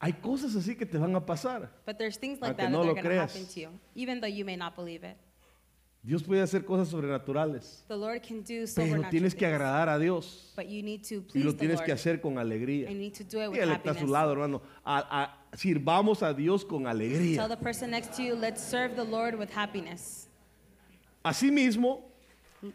Speaker 1: hay cosas así que te van a pasar.
Speaker 2: But there's things like
Speaker 1: Aunque
Speaker 2: that
Speaker 1: no
Speaker 2: that
Speaker 1: lo
Speaker 2: are going to happen
Speaker 1: creas.
Speaker 2: to you, even though you may not believe it.
Speaker 1: Dios puede hacer cosas sobrenaturales,
Speaker 2: The Lord can do
Speaker 1: pero
Speaker 2: supernatural
Speaker 1: tienes que
Speaker 2: things,
Speaker 1: agradar a Dios
Speaker 2: but you need to
Speaker 1: y
Speaker 2: please
Speaker 1: lo
Speaker 2: the
Speaker 1: tienes
Speaker 2: Lord,
Speaker 1: que hacer con alegría.
Speaker 2: and you need to do it with
Speaker 1: Dígale que está a su
Speaker 2: happiness.
Speaker 1: lado, hermano. A- a- sirvamos a Dios con
Speaker 2: Tell
Speaker 1: alegría.
Speaker 2: the person next to you, let's serve the Lord with happiness.
Speaker 1: Asimismo,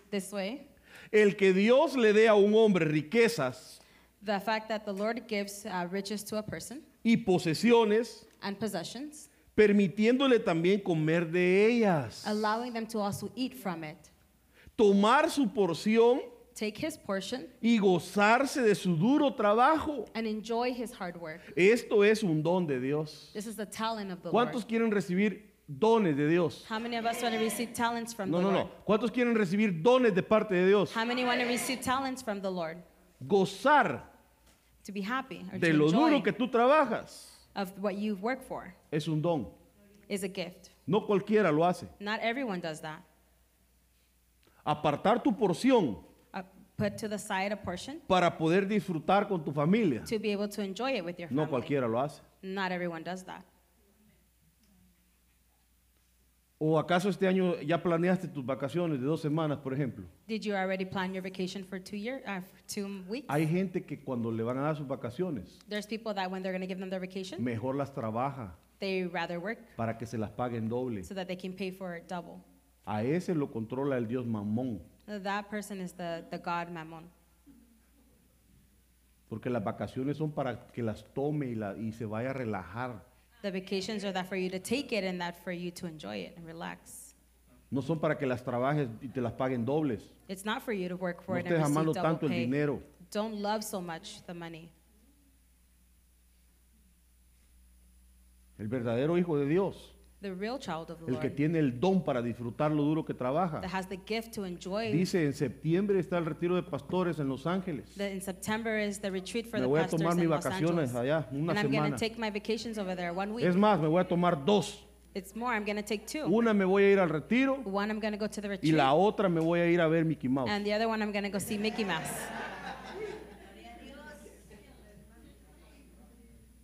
Speaker 2: This way,
Speaker 1: el que Dios le dé a un hombre riquezas
Speaker 2: the fact that the Lord gives uh, riches to a person
Speaker 1: y posesiones,
Speaker 2: and possessions,
Speaker 1: permitiéndole también comer de ellas.
Speaker 2: allowing them to also eat from it,
Speaker 1: tomar su porción
Speaker 2: take his portion,
Speaker 1: y gozarse de su duro trabajo.
Speaker 2: and enjoy his hard work.
Speaker 1: Esto es un don de Dios.
Speaker 2: This is the talent of the
Speaker 1: ¿Cuántos
Speaker 2: Lord.
Speaker 1: quieren recibir dones de Dios?
Speaker 2: How many of us want to receive talents from
Speaker 1: No,
Speaker 2: the
Speaker 1: no,
Speaker 2: Lord?
Speaker 1: no. ¿Cuántos quieren recibir dones de parte de Dios?
Speaker 2: How many want to receive talents from the Lord?
Speaker 1: Gozar
Speaker 2: To be happy or
Speaker 1: de
Speaker 2: to
Speaker 1: lo duro
Speaker 2: enjoy
Speaker 1: que tú trabajas
Speaker 2: of what you've worked for
Speaker 1: es un don.
Speaker 2: is a gift.
Speaker 1: No cualquiera lo hace.
Speaker 2: Not everyone does that.
Speaker 1: Apartar tu porción
Speaker 2: Uh, put to the side a portion
Speaker 1: para poder disfrutar con tu familia.
Speaker 2: to be able to enjoy it with your family.
Speaker 1: No cualquiera lo hace.
Speaker 2: Not everyone does that.
Speaker 1: ¿O acaso este año ya planeaste tus vacaciones de dos semanas, por ejemplo?
Speaker 2: Did you already plan your vacation for two year, uh, for two weeks?
Speaker 1: Hay gente que cuando le van a dar sus vacaciones,
Speaker 2: There's people that when they're going to give them their vacation,
Speaker 1: mejor las trabaja
Speaker 2: they rather work
Speaker 1: para que se las paguen doble.
Speaker 2: so that they can pay for it double.
Speaker 1: A ese lo controla el dios Mamón,
Speaker 2: That person is the, the god Mammon
Speaker 1: porque las vacaciones son para que las tome y, la- y se vaya a relajar,
Speaker 2: The vacations are that for you to take it and that for you to enjoy it and relax.
Speaker 1: no son para que las trabajes y te las paguen dobles.
Speaker 2: It's not for you to work for
Speaker 1: No
Speaker 2: it and
Speaker 1: estés amando
Speaker 2: receive double
Speaker 1: tanto el
Speaker 2: pay.
Speaker 1: dinero.
Speaker 2: Don't love so much the money.
Speaker 1: El verdadero hijo de Dios,
Speaker 2: The real child of the
Speaker 1: el que
Speaker 2: Lord
Speaker 1: tiene el don para disfrutar lo duro que trabaja.
Speaker 2: that has the gift to enjoy.
Speaker 1: Dice, en septiembre está el retiro de pastores en Los Ángeles.
Speaker 2: that in September is the retreat for
Speaker 1: Me
Speaker 2: the
Speaker 1: voy a
Speaker 2: pastors
Speaker 1: tomar mis
Speaker 2: in Los Angeles.
Speaker 1: vacaciones allá, una
Speaker 2: and I'm going
Speaker 1: semana.
Speaker 2: to take my vacations over there one week.
Speaker 1: Es más, me voy a tomar dos.
Speaker 2: it's more. I'm going to take two.
Speaker 1: Una me voy a ir al retiro
Speaker 2: One, I'm going to go to the
Speaker 1: y
Speaker 2: retreat.
Speaker 1: la otra me voy a ir a ver Mickey Mouse.
Speaker 2: and the other one, I'm going to go see Mickey Mouse.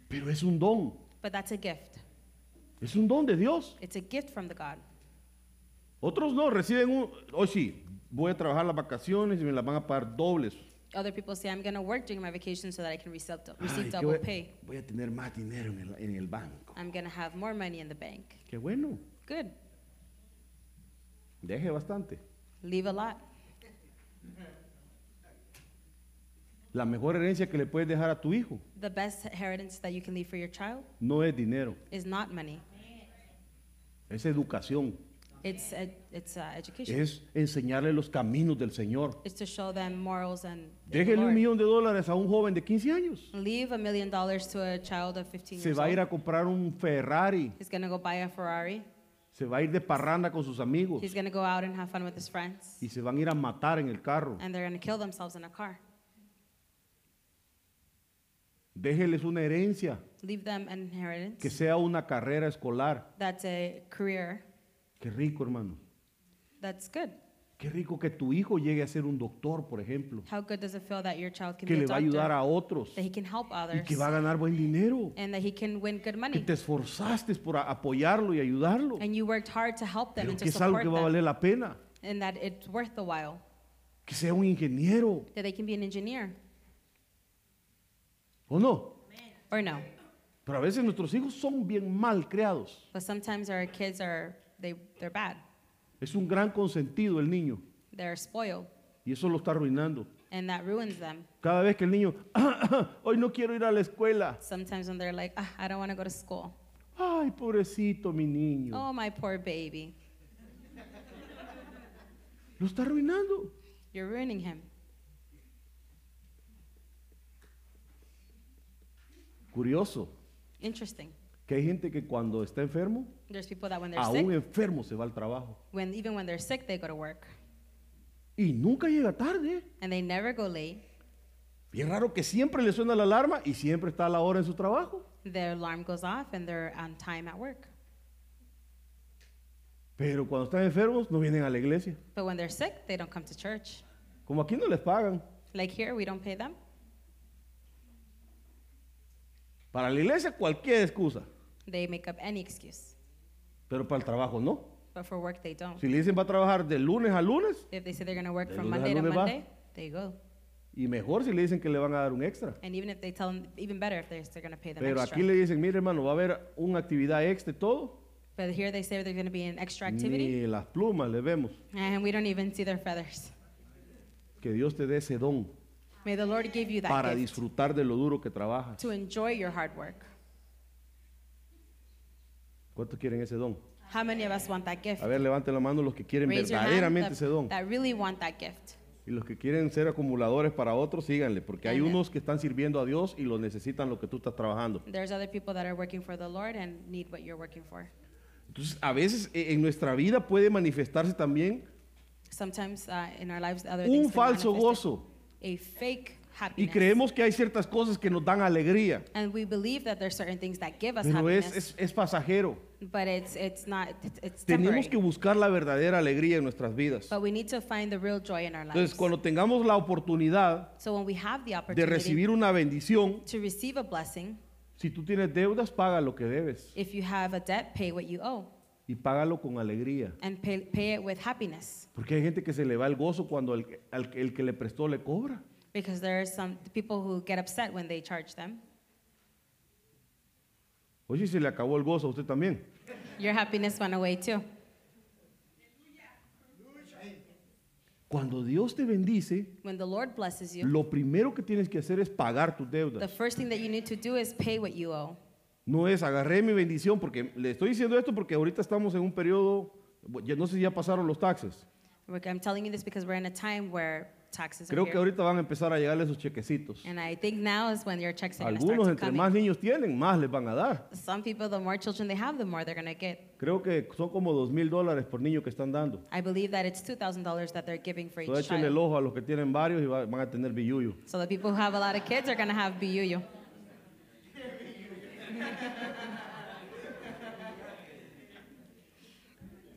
Speaker 1: Pero es un don,
Speaker 2: But that's a gift.
Speaker 1: es un don de Dios.
Speaker 2: It's a gift from the God.
Speaker 1: Otros no, reciben un, hoy sí, voy a trabajar las vacaciones y me las van a pagar dobles.
Speaker 2: Other people say, I'm going to work during my vacation so that I can receive, dou-
Speaker 1: Ay,
Speaker 2: receive
Speaker 1: ¿qué
Speaker 2: double
Speaker 1: voy,
Speaker 2: pay.
Speaker 1: voy a tener más dinero en el, en el banco.
Speaker 2: I'm going to have more money in the bank.
Speaker 1: Qué bueno,
Speaker 2: Good.
Speaker 1: deje bastante.
Speaker 2: Leave a lot.
Speaker 1: La mejor herencia que le puedes dejar a tu hijo
Speaker 2: The best inheritance that you can leave for your child
Speaker 1: no es dinero,
Speaker 2: is not money.
Speaker 1: es educación,
Speaker 2: It's, ed- it's uh, education.
Speaker 1: es enseñarle los caminos del Señor.
Speaker 2: It's to show them morals and the
Speaker 1: Déjele un
Speaker 2: Lord.
Speaker 1: millón de dólares a un joven de 15 años.
Speaker 2: Leave a million dollars to a child of 15
Speaker 1: Se
Speaker 2: years
Speaker 1: va a ir
Speaker 2: old.
Speaker 1: a comprar un Ferrari,
Speaker 2: He's going to go buy a Ferrari.
Speaker 1: se va a ir de parranda con sus amigos
Speaker 2: He's going to go out and have fun with his friends.
Speaker 1: y se van a ir a matar en el carro.
Speaker 2: And they're going to kill themselves in a car.
Speaker 1: Déjeles una herencia
Speaker 2: Leave them an inheritance.
Speaker 1: que sea una carrera escolar.
Speaker 2: That's a career.
Speaker 1: Qué rico, hermano.
Speaker 2: That's good.
Speaker 1: Qué rico que tu hijo llegue a ser un doctor, por ejemplo,
Speaker 2: How good does it feel that your child can
Speaker 1: que
Speaker 2: be
Speaker 1: le
Speaker 2: a
Speaker 1: va a ayudar
Speaker 2: doctor,
Speaker 1: a otros
Speaker 2: that he can help
Speaker 1: y
Speaker 2: others,
Speaker 1: que va a ganar buen dinero,
Speaker 2: and that he can win good
Speaker 1: que
Speaker 2: money?
Speaker 1: te esforzaste por a- apoyarlo y ayudarlo,
Speaker 2: And you worked hard to help them
Speaker 1: pero
Speaker 2: and
Speaker 1: que
Speaker 2: to
Speaker 1: es algo
Speaker 2: support
Speaker 1: que va a
Speaker 2: them,
Speaker 1: valer la pena,
Speaker 2: and that it's worth the while,
Speaker 1: que sea un ingeniero,
Speaker 2: that they can be an engineer
Speaker 1: ¿o no?
Speaker 2: or no.
Speaker 1: Pero a veces nuestros hijos son bien mal creados.
Speaker 2: But sometimes our kids are they they're bad.
Speaker 1: Es un gran consentido el niño
Speaker 2: They're spoiled,
Speaker 1: y eso lo está arruinando.
Speaker 2: and that ruins them.
Speaker 1: Cada vez que el niño, (coughs) hoy no quiero ir a la escuela.
Speaker 2: Sometimes when they're like, ah, I don't want to go to school.
Speaker 1: Ay, pobrecito mi niño.
Speaker 2: Oh, my poor baby.
Speaker 1: Lo está arruinando.
Speaker 2: You're ruining him.
Speaker 1: Curioso
Speaker 2: Interesting.
Speaker 1: que hay gente que cuando está enfermo,
Speaker 2: There's people that when they're sick,
Speaker 1: aún enfermo se va al trabajo.
Speaker 2: when even when they're sick, they go to work
Speaker 1: Y nunca llega tarde.
Speaker 2: and they never go late.
Speaker 1: Bien raro que siempre le suena la alarma y siempre está a la hora en su trabajo.
Speaker 2: Their alarm goes off and they're on time at work.
Speaker 1: Pero cuando están enfermos no vienen a la iglesia.
Speaker 2: But when they're sick, they don't come to church.
Speaker 1: Como aquí no les pagan.
Speaker 2: Like here, we don't pay them.
Speaker 1: Para la iglesia cualquier excusa,
Speaker 2: They make up any excuse.
Speaker 1: pero para el trabajo no.
Speaker 2: But for work, they don't.
Speaker 1: Si le dicen va a trabajar de lunes a lunes,
Speaker 2: If they say they're going to work
Speaker 1: De
Speaker 2: from
Speaker 1: lunes a
Speaker 2: Monday to
Speaker 1: lunes va.
Speaker 2: Monday, they go.
Speaker 1: y mejor si le dicen que le van a dar un extra.
Speaker 2: And even if they tell them, even better if they're, they're going to pay them
Speaker 1: Pero aquí le
Speaker 2: extra.
Speaker 1: dicen, mire hermano, va a haber una actividad extra y todo.
Speaker 2: But here they say there's going to be an extra activity,
Speaker 1: Ni las plumas le vemos.
Speaker 2: and we don't even see their feathers.
Speaker 1: Que Dios te dé ese don
Speaker 2: May the Lord give you
Speaker 1: para
Speaker 2: that gift
Speaker 1: disfrutar de lo duro que trabajas.
Speaker 2: to enjoy your hard work.
Speaker 1: ¿Cuántos quieren ese don?
Speaker 2: How many of us want that gift?
Speaker 1: A ver, levanten la mano los que quieren
Speaker 2: Raise your hand
Speaker 1: verdaderamente
Speaker 2: that-
Speaker 1: ese don.
Speaker 2: that really want that gift.
Speaker 1: Y los que quieren ser acumuladores para otros, síganle, porque hay
Speaker 2: Amén.
Speaker 1: unos que están sirviendo a Dios y lo necesitan lo que tú estás trabajando.
Speaker 2: There's other people that are working for the Lord and need what you're working for.
Speaker 1: Entonces, a veces e- en nuestra vida puede manifestarse también
Speaker 2: Sometimes uh, in our lives, other
Speaker 1: un
Speaker 2: things can
Speaker 1: falso
Speaker 2: manifest it.
Speaker 1: gozo.
Speaker 2: A fake
Speaker 1: Y
Speaker 2: happiness.
Speaker 1: creemos que hay ciertas cosas que nos dan alegría,
Speaker 2: And we believe that there's certain things that give us
Speaker 1: pero es,
Speaker 2: happiness,
Speaker 1: es, es pasajero.
Speaker 2: but it's it's not it's, it's temporary.
Speaker 1: Tenemos que buscar la verdadera alegría en nuestras vidas.
Speaker 2: But we need to find the real joy in our lives.
Speaker 1: Entonces, cuando tengamos la oportunidad
Speaker 2: so when we have the
Speaker 1: de
Speaker 2: opportunity
Speaker 1: recibir una bendición,
Speaker 2: to receive a blessing,
Speaker 1: si tú tienes deudas, paga lo que debes
Speaker 2: if you have a debt, pay what you owe
Speaker 1: y págalo con alegría.
Speaker 2: and pay, pay it with happiness.
Speaker 1: Porque hay gente que se le va el gozo cuando el, al- el que le prestó le cobra.
Speaker 2: Because there are some people who get upset when they charge them.
Speaker 1: Oye, se le acabó el gozo a usted también.
Speaker 2: Your happiness went away too.
Speaker 1: Cuando Dios te bendice,
Speaker 2: When the Lord blesses you,
Speaker 1: lo primero que tienes que hacer es pagar tus
Speaker 2: the
Speaker 1: deudas.
Speaker 2: first thing that you need to do is pay what you owe.
Speaker 1: No es agarré mi bendición, porque le estoy diciendo esto porque ahorita estamos en un periodo, bueno, ya no sé si ya pasaron los taxes.
Speaker 2: Look, I'm telling you this because we're in a time where taxes are
Speaker 1: Creo que
Speaker 2: here.
Speaker 1: ahorita van a empezar a llegarle esos chequecitos.
Speaker 2: And I think now is when your checks are going to start
Speaker 1: Algunos
Speaker 2: to
Speaker 1: entre
Speaker 2: come.
Speaker 1: más
Speaker 2: in.
Speaker 1: niños tienen, más les van a dar.
Speaker 2: Some people, the more children they have, the more they're going to get.
Speaker 1: Creo que son como dos mil dólares por niño que están dando.
Speaker 2: I believe that it's $2,000 that they're giving for
Speaker 1: Entonces
Speaker 2: each
Speaker 1: échenle el
Speaker 2: child.
Speaker 1: ojo a los que tienen varios y va- van a tener billuyo.
Speaker 2: So the people who have a lot of kids are going to have BUU.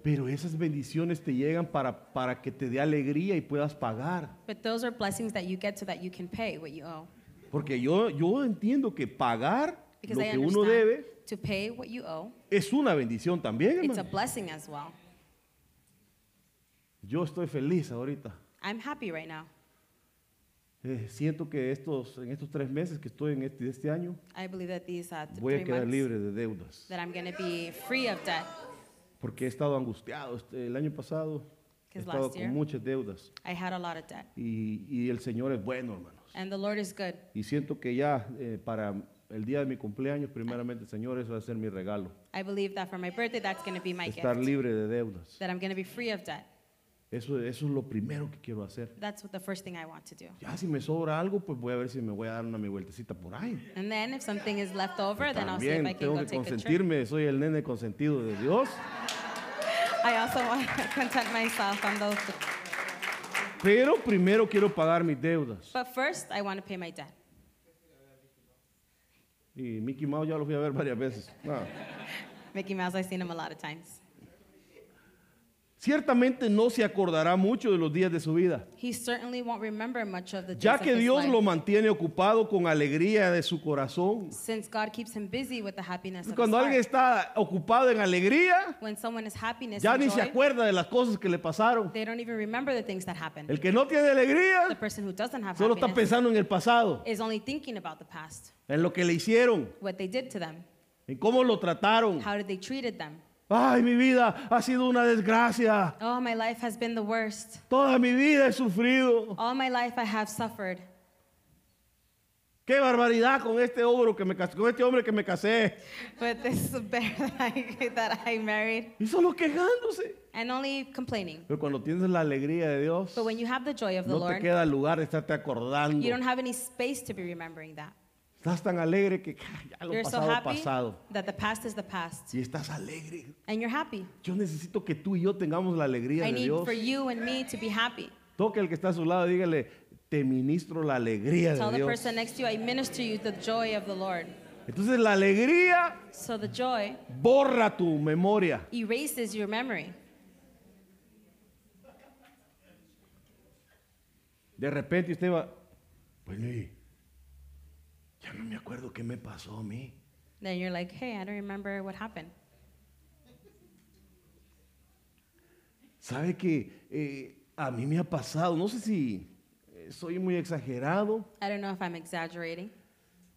Speaker 1: Pero esas bendiciones te llegan para, para que te dé alegría y puedas pagar.
Speaker 2: But those are blessings that you get so that you can pay what you owe.
Speaker 1: Porque yo, yo entiendo que pagar
Speaker 2: Because
Speaker 1: lo
Speaker 2: I
Speaker 1: que
Speaker 2: understand
Speaker 1: uno debe
Speaker 2: to pay what you owe,
Speaker 1: es una bendición también,
Speaker 2: it's a
Speaker 1: hermano.
Speaker 2: blessing as well.
Speaker 1: Yo estoy feliz ahorita.
Speaker 2: I'm happy right now.
Speaker 1: Eh, siento que estos, en estos tres meses que estoy en este, de este año
Speaker 2: I believe that these uh, th-
Speaker 1: voy a
Speaker 2: three
Speaker 1: quedar
Speaker 2: months
Speaker 1: libre de deudas.
Speaker 2: that I'm going to be free of debt.
Speaker 1: Porque he estado angustiado. Este- el año pasado he
Speaker 2: Because
Speaker 1: estado
Speaker 2: last
Speaker 1: con
Speaker 2: year-
Speaker 1: muchas deudas.
Speaker 2: I had a lot of debt.
Speaker 1: Y, y el Señor es bueno, hermanos.
Speaker 2: And the Lord is good.
Speaker 1: Y siento que ya eh, para el día de mi cumpleaños, primeramente, Señor, eso va a ser mi regalo.
Speaker 2: I believe that for my birthday, that's going to be my
Speaker 1: Estar
Speaker 2: gift.
Speaker 1: libre de deudas.
Speaker 2: That I'm going to be free of debt.
Speaker 1: Eso, eso es lo primero que quiero hacer.
Speaker 2: That's what the first thing I want to do.
Speaker 1: Ya si me sobra algo, pues voy a ver si me voy a dar una mi vueltecita por ahí.
Speaker 2: And then if something is left over, then I'll see if I
Speaker 1: También
Speaker 2: can
Speaker 1: tengo
Speaker 2: go
Speaker 1: que
Speaker 2: take a trip.
Speaker 1: consentirme, soy el nene consentido de Dios.
Speaker 2: I also want to (laughs) content myself on those.
Speaker 1: Pero primero quiero pagar mis deudas.
Speaker 2: But first, I want to pay my debt.
Speaker 1: Y Mickey Mouse ya lo fui a ver varias veces. Ah.
Speaker 2: Mickey Mouse, I've seen him a lot of times.
Speaker 1: ciertamente no se acordará mucho de los días de su vida,
Speaker 2: He certainly won't remember much of the days
Speaker 1: ya
Speaker 2: of
Speaker 1: que
Speaker 2: his
Speaker 1: Dios
Speaker 2: life,
Speaker 1: lo mantiene ocupado con alegría de su corazón.
Speaker 2: since God keeps him busy with the happiness of
Speaker 1: Cuando
Speaker 2: his
Speaker 1: alguien
Speaker 2: heart.
Speaker 1: está ocupado en alegría,
Speaker 2: When someone is happiness
Speaker 1: ya
Speaker 2: and
Speaker 1: ni se
Speaker 2: joy,
Speaker 1: acuerda de las cosas que le pasaron.
Speaker 2: they don't even remember the things that happened.
Speaker 1: El que no tiene
Speaker 2: the
Speaker 1: alegría
Speaker 2: person who doesn't have
Speaker 1: solo está
Speaker 2: happiness
Speaker 1: pensando en el pasado,
Speaker 2: is only thinking about the past,
Speaker 1: en lo que le hicieron,
Speaker 2: what they did to them,
Speaker 1: en cómo lo trataron.
Speaker 2: how did they treated them.
Speaker 1: Ay, mi vida ha sido una desgracia.
Speaker 2: Oh, my life has been the worst.
Speaker 1: Toda mi vida he sufrido.
Speaker 2: All my life I have suffered.
Speaker 1: Qué barbaridad con este ogro que me cas- con este hombre que me casé.
Speaker 2: But this bear (laughs) that I, that I married,
Speaker 1: Y solo quejándose.
Speaker 2: and only complaining.
Speaker 1: Pero cuando tienes la alegría de Dios,
Speaker 2: But when you have the joy of the
Speaker 1: no te
Speaker 2: Lord,
Speaker 1: queda lugar de estarte
Speaker 2: you don't
Speaker 1: acordando.
Speaker 2: have any space to be remembering that.
Speaker 1: Estás tan alegre que ah, ya lo
Speaker 2: You're so
Speaker 1: pasado
Speaker 2: happy
Speaker 1: pasado.
Speaker 2: that the past is the past,
Speaker 1: Si estás alegre,
Speaker 2: and you're happy.
Speaker 1: yo necesito que tú y yo tengamos la alegría
Speaker 2: I
Speaker 1: de
Speaker 2: need
Speaker 1: Dios.
Speaker 2: for you and me to be happy.
Speaker 1: Toque al que está a su lado, dígale, te ministro la alegría
Speaker 2: Tell
Speaker 1: de
Speaker 2: the
Speaker 1: Dios.
Speaker 2: person next to you, I minister you the joy of the Lord.
Speaker 1: Entonces la alegría
Speaker 2: So the joy
Speaker 1: borra tu memoria.
Speaker 2: erases your memory.
Speaker 1: De repente usted va, pues sí, ya no me acuerdo qué me pasó a mí.
Speaker 2: Then you're like, hey, I don't remember what happened.
Speaker 1: ¿Sabe que eh, a mí me ha pasado? No sé si eh, soy muy exagerado.
Speaker 2: I don't know if I'm exaggerating.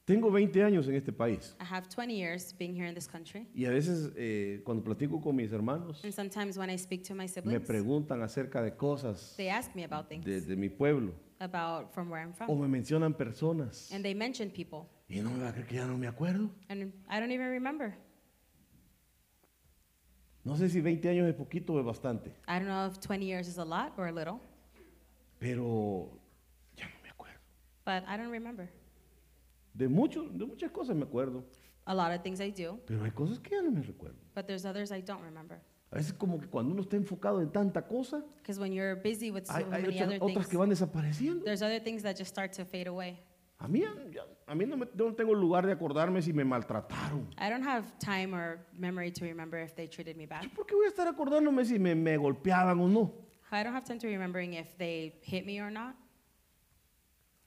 Speaker 1: Tengo 20 años en este país
Speaker 2: I have 20 years being here in this country.
Speaker 1: y a veces eh, cuando platico con mis hermanos
Speaker 2: And sometimes when I speak to my
Speaker 1: me
Speaker 2: siblings,
Speaker 1: preguntan acerca de cosas
Speaker 2: they ask me about things,
Speaker 1: de, de mi pueblo
Speaker 2: about from where I'm
Speaker 1: o
Speaker 2: from.
Speaker 1: me mencionan personas
Speaker 2: And they mention people.
Speaker 1: y no me va a creer que ya no me acuerdo.
Speaker 2: And I don't even remember.
Speaker 1: No sé si 20 años es poquito o es bastante,
Speaker 2: I don't know if 20 years is a lot or a little,
Speaker 1: pero ya no me acuerdo.
Speaker 2: but I don't remember.
Speaker 1: De, mucho, de muchas cosas me acuerdo,
Speaker 2: A lot of things I do,
Speaker 1: pero hay cosas que ya no me recuerdo.
Speaker 2: but there's others I don't remember.
Speaker 1: A veces como que cuando uno está enfocado en tanta cosa,
Speaker 2: Because when you're busy with so
Speaker 1: hay, hay
Speaker 2: many
Speaker 1: otras,
Speaker 2: other
Speaker 1: otras
Speaker 2: things,
Speaker 1: que van desapareciendo.
Speaker 2: there's other things that just start to fade away.
Speaker 1: A mí, ya- a mí no, me- yo no tengo lugar de acordarme si me maltrataron.
Speaker 2: I don't have time or memory to remember if they treated me bad.
Speaker 1: Yo, ¿Por qué voy a estar acordándome si me, me golpeaban o no?
Speaker 2: I don't have time to remembering if they hit me or not.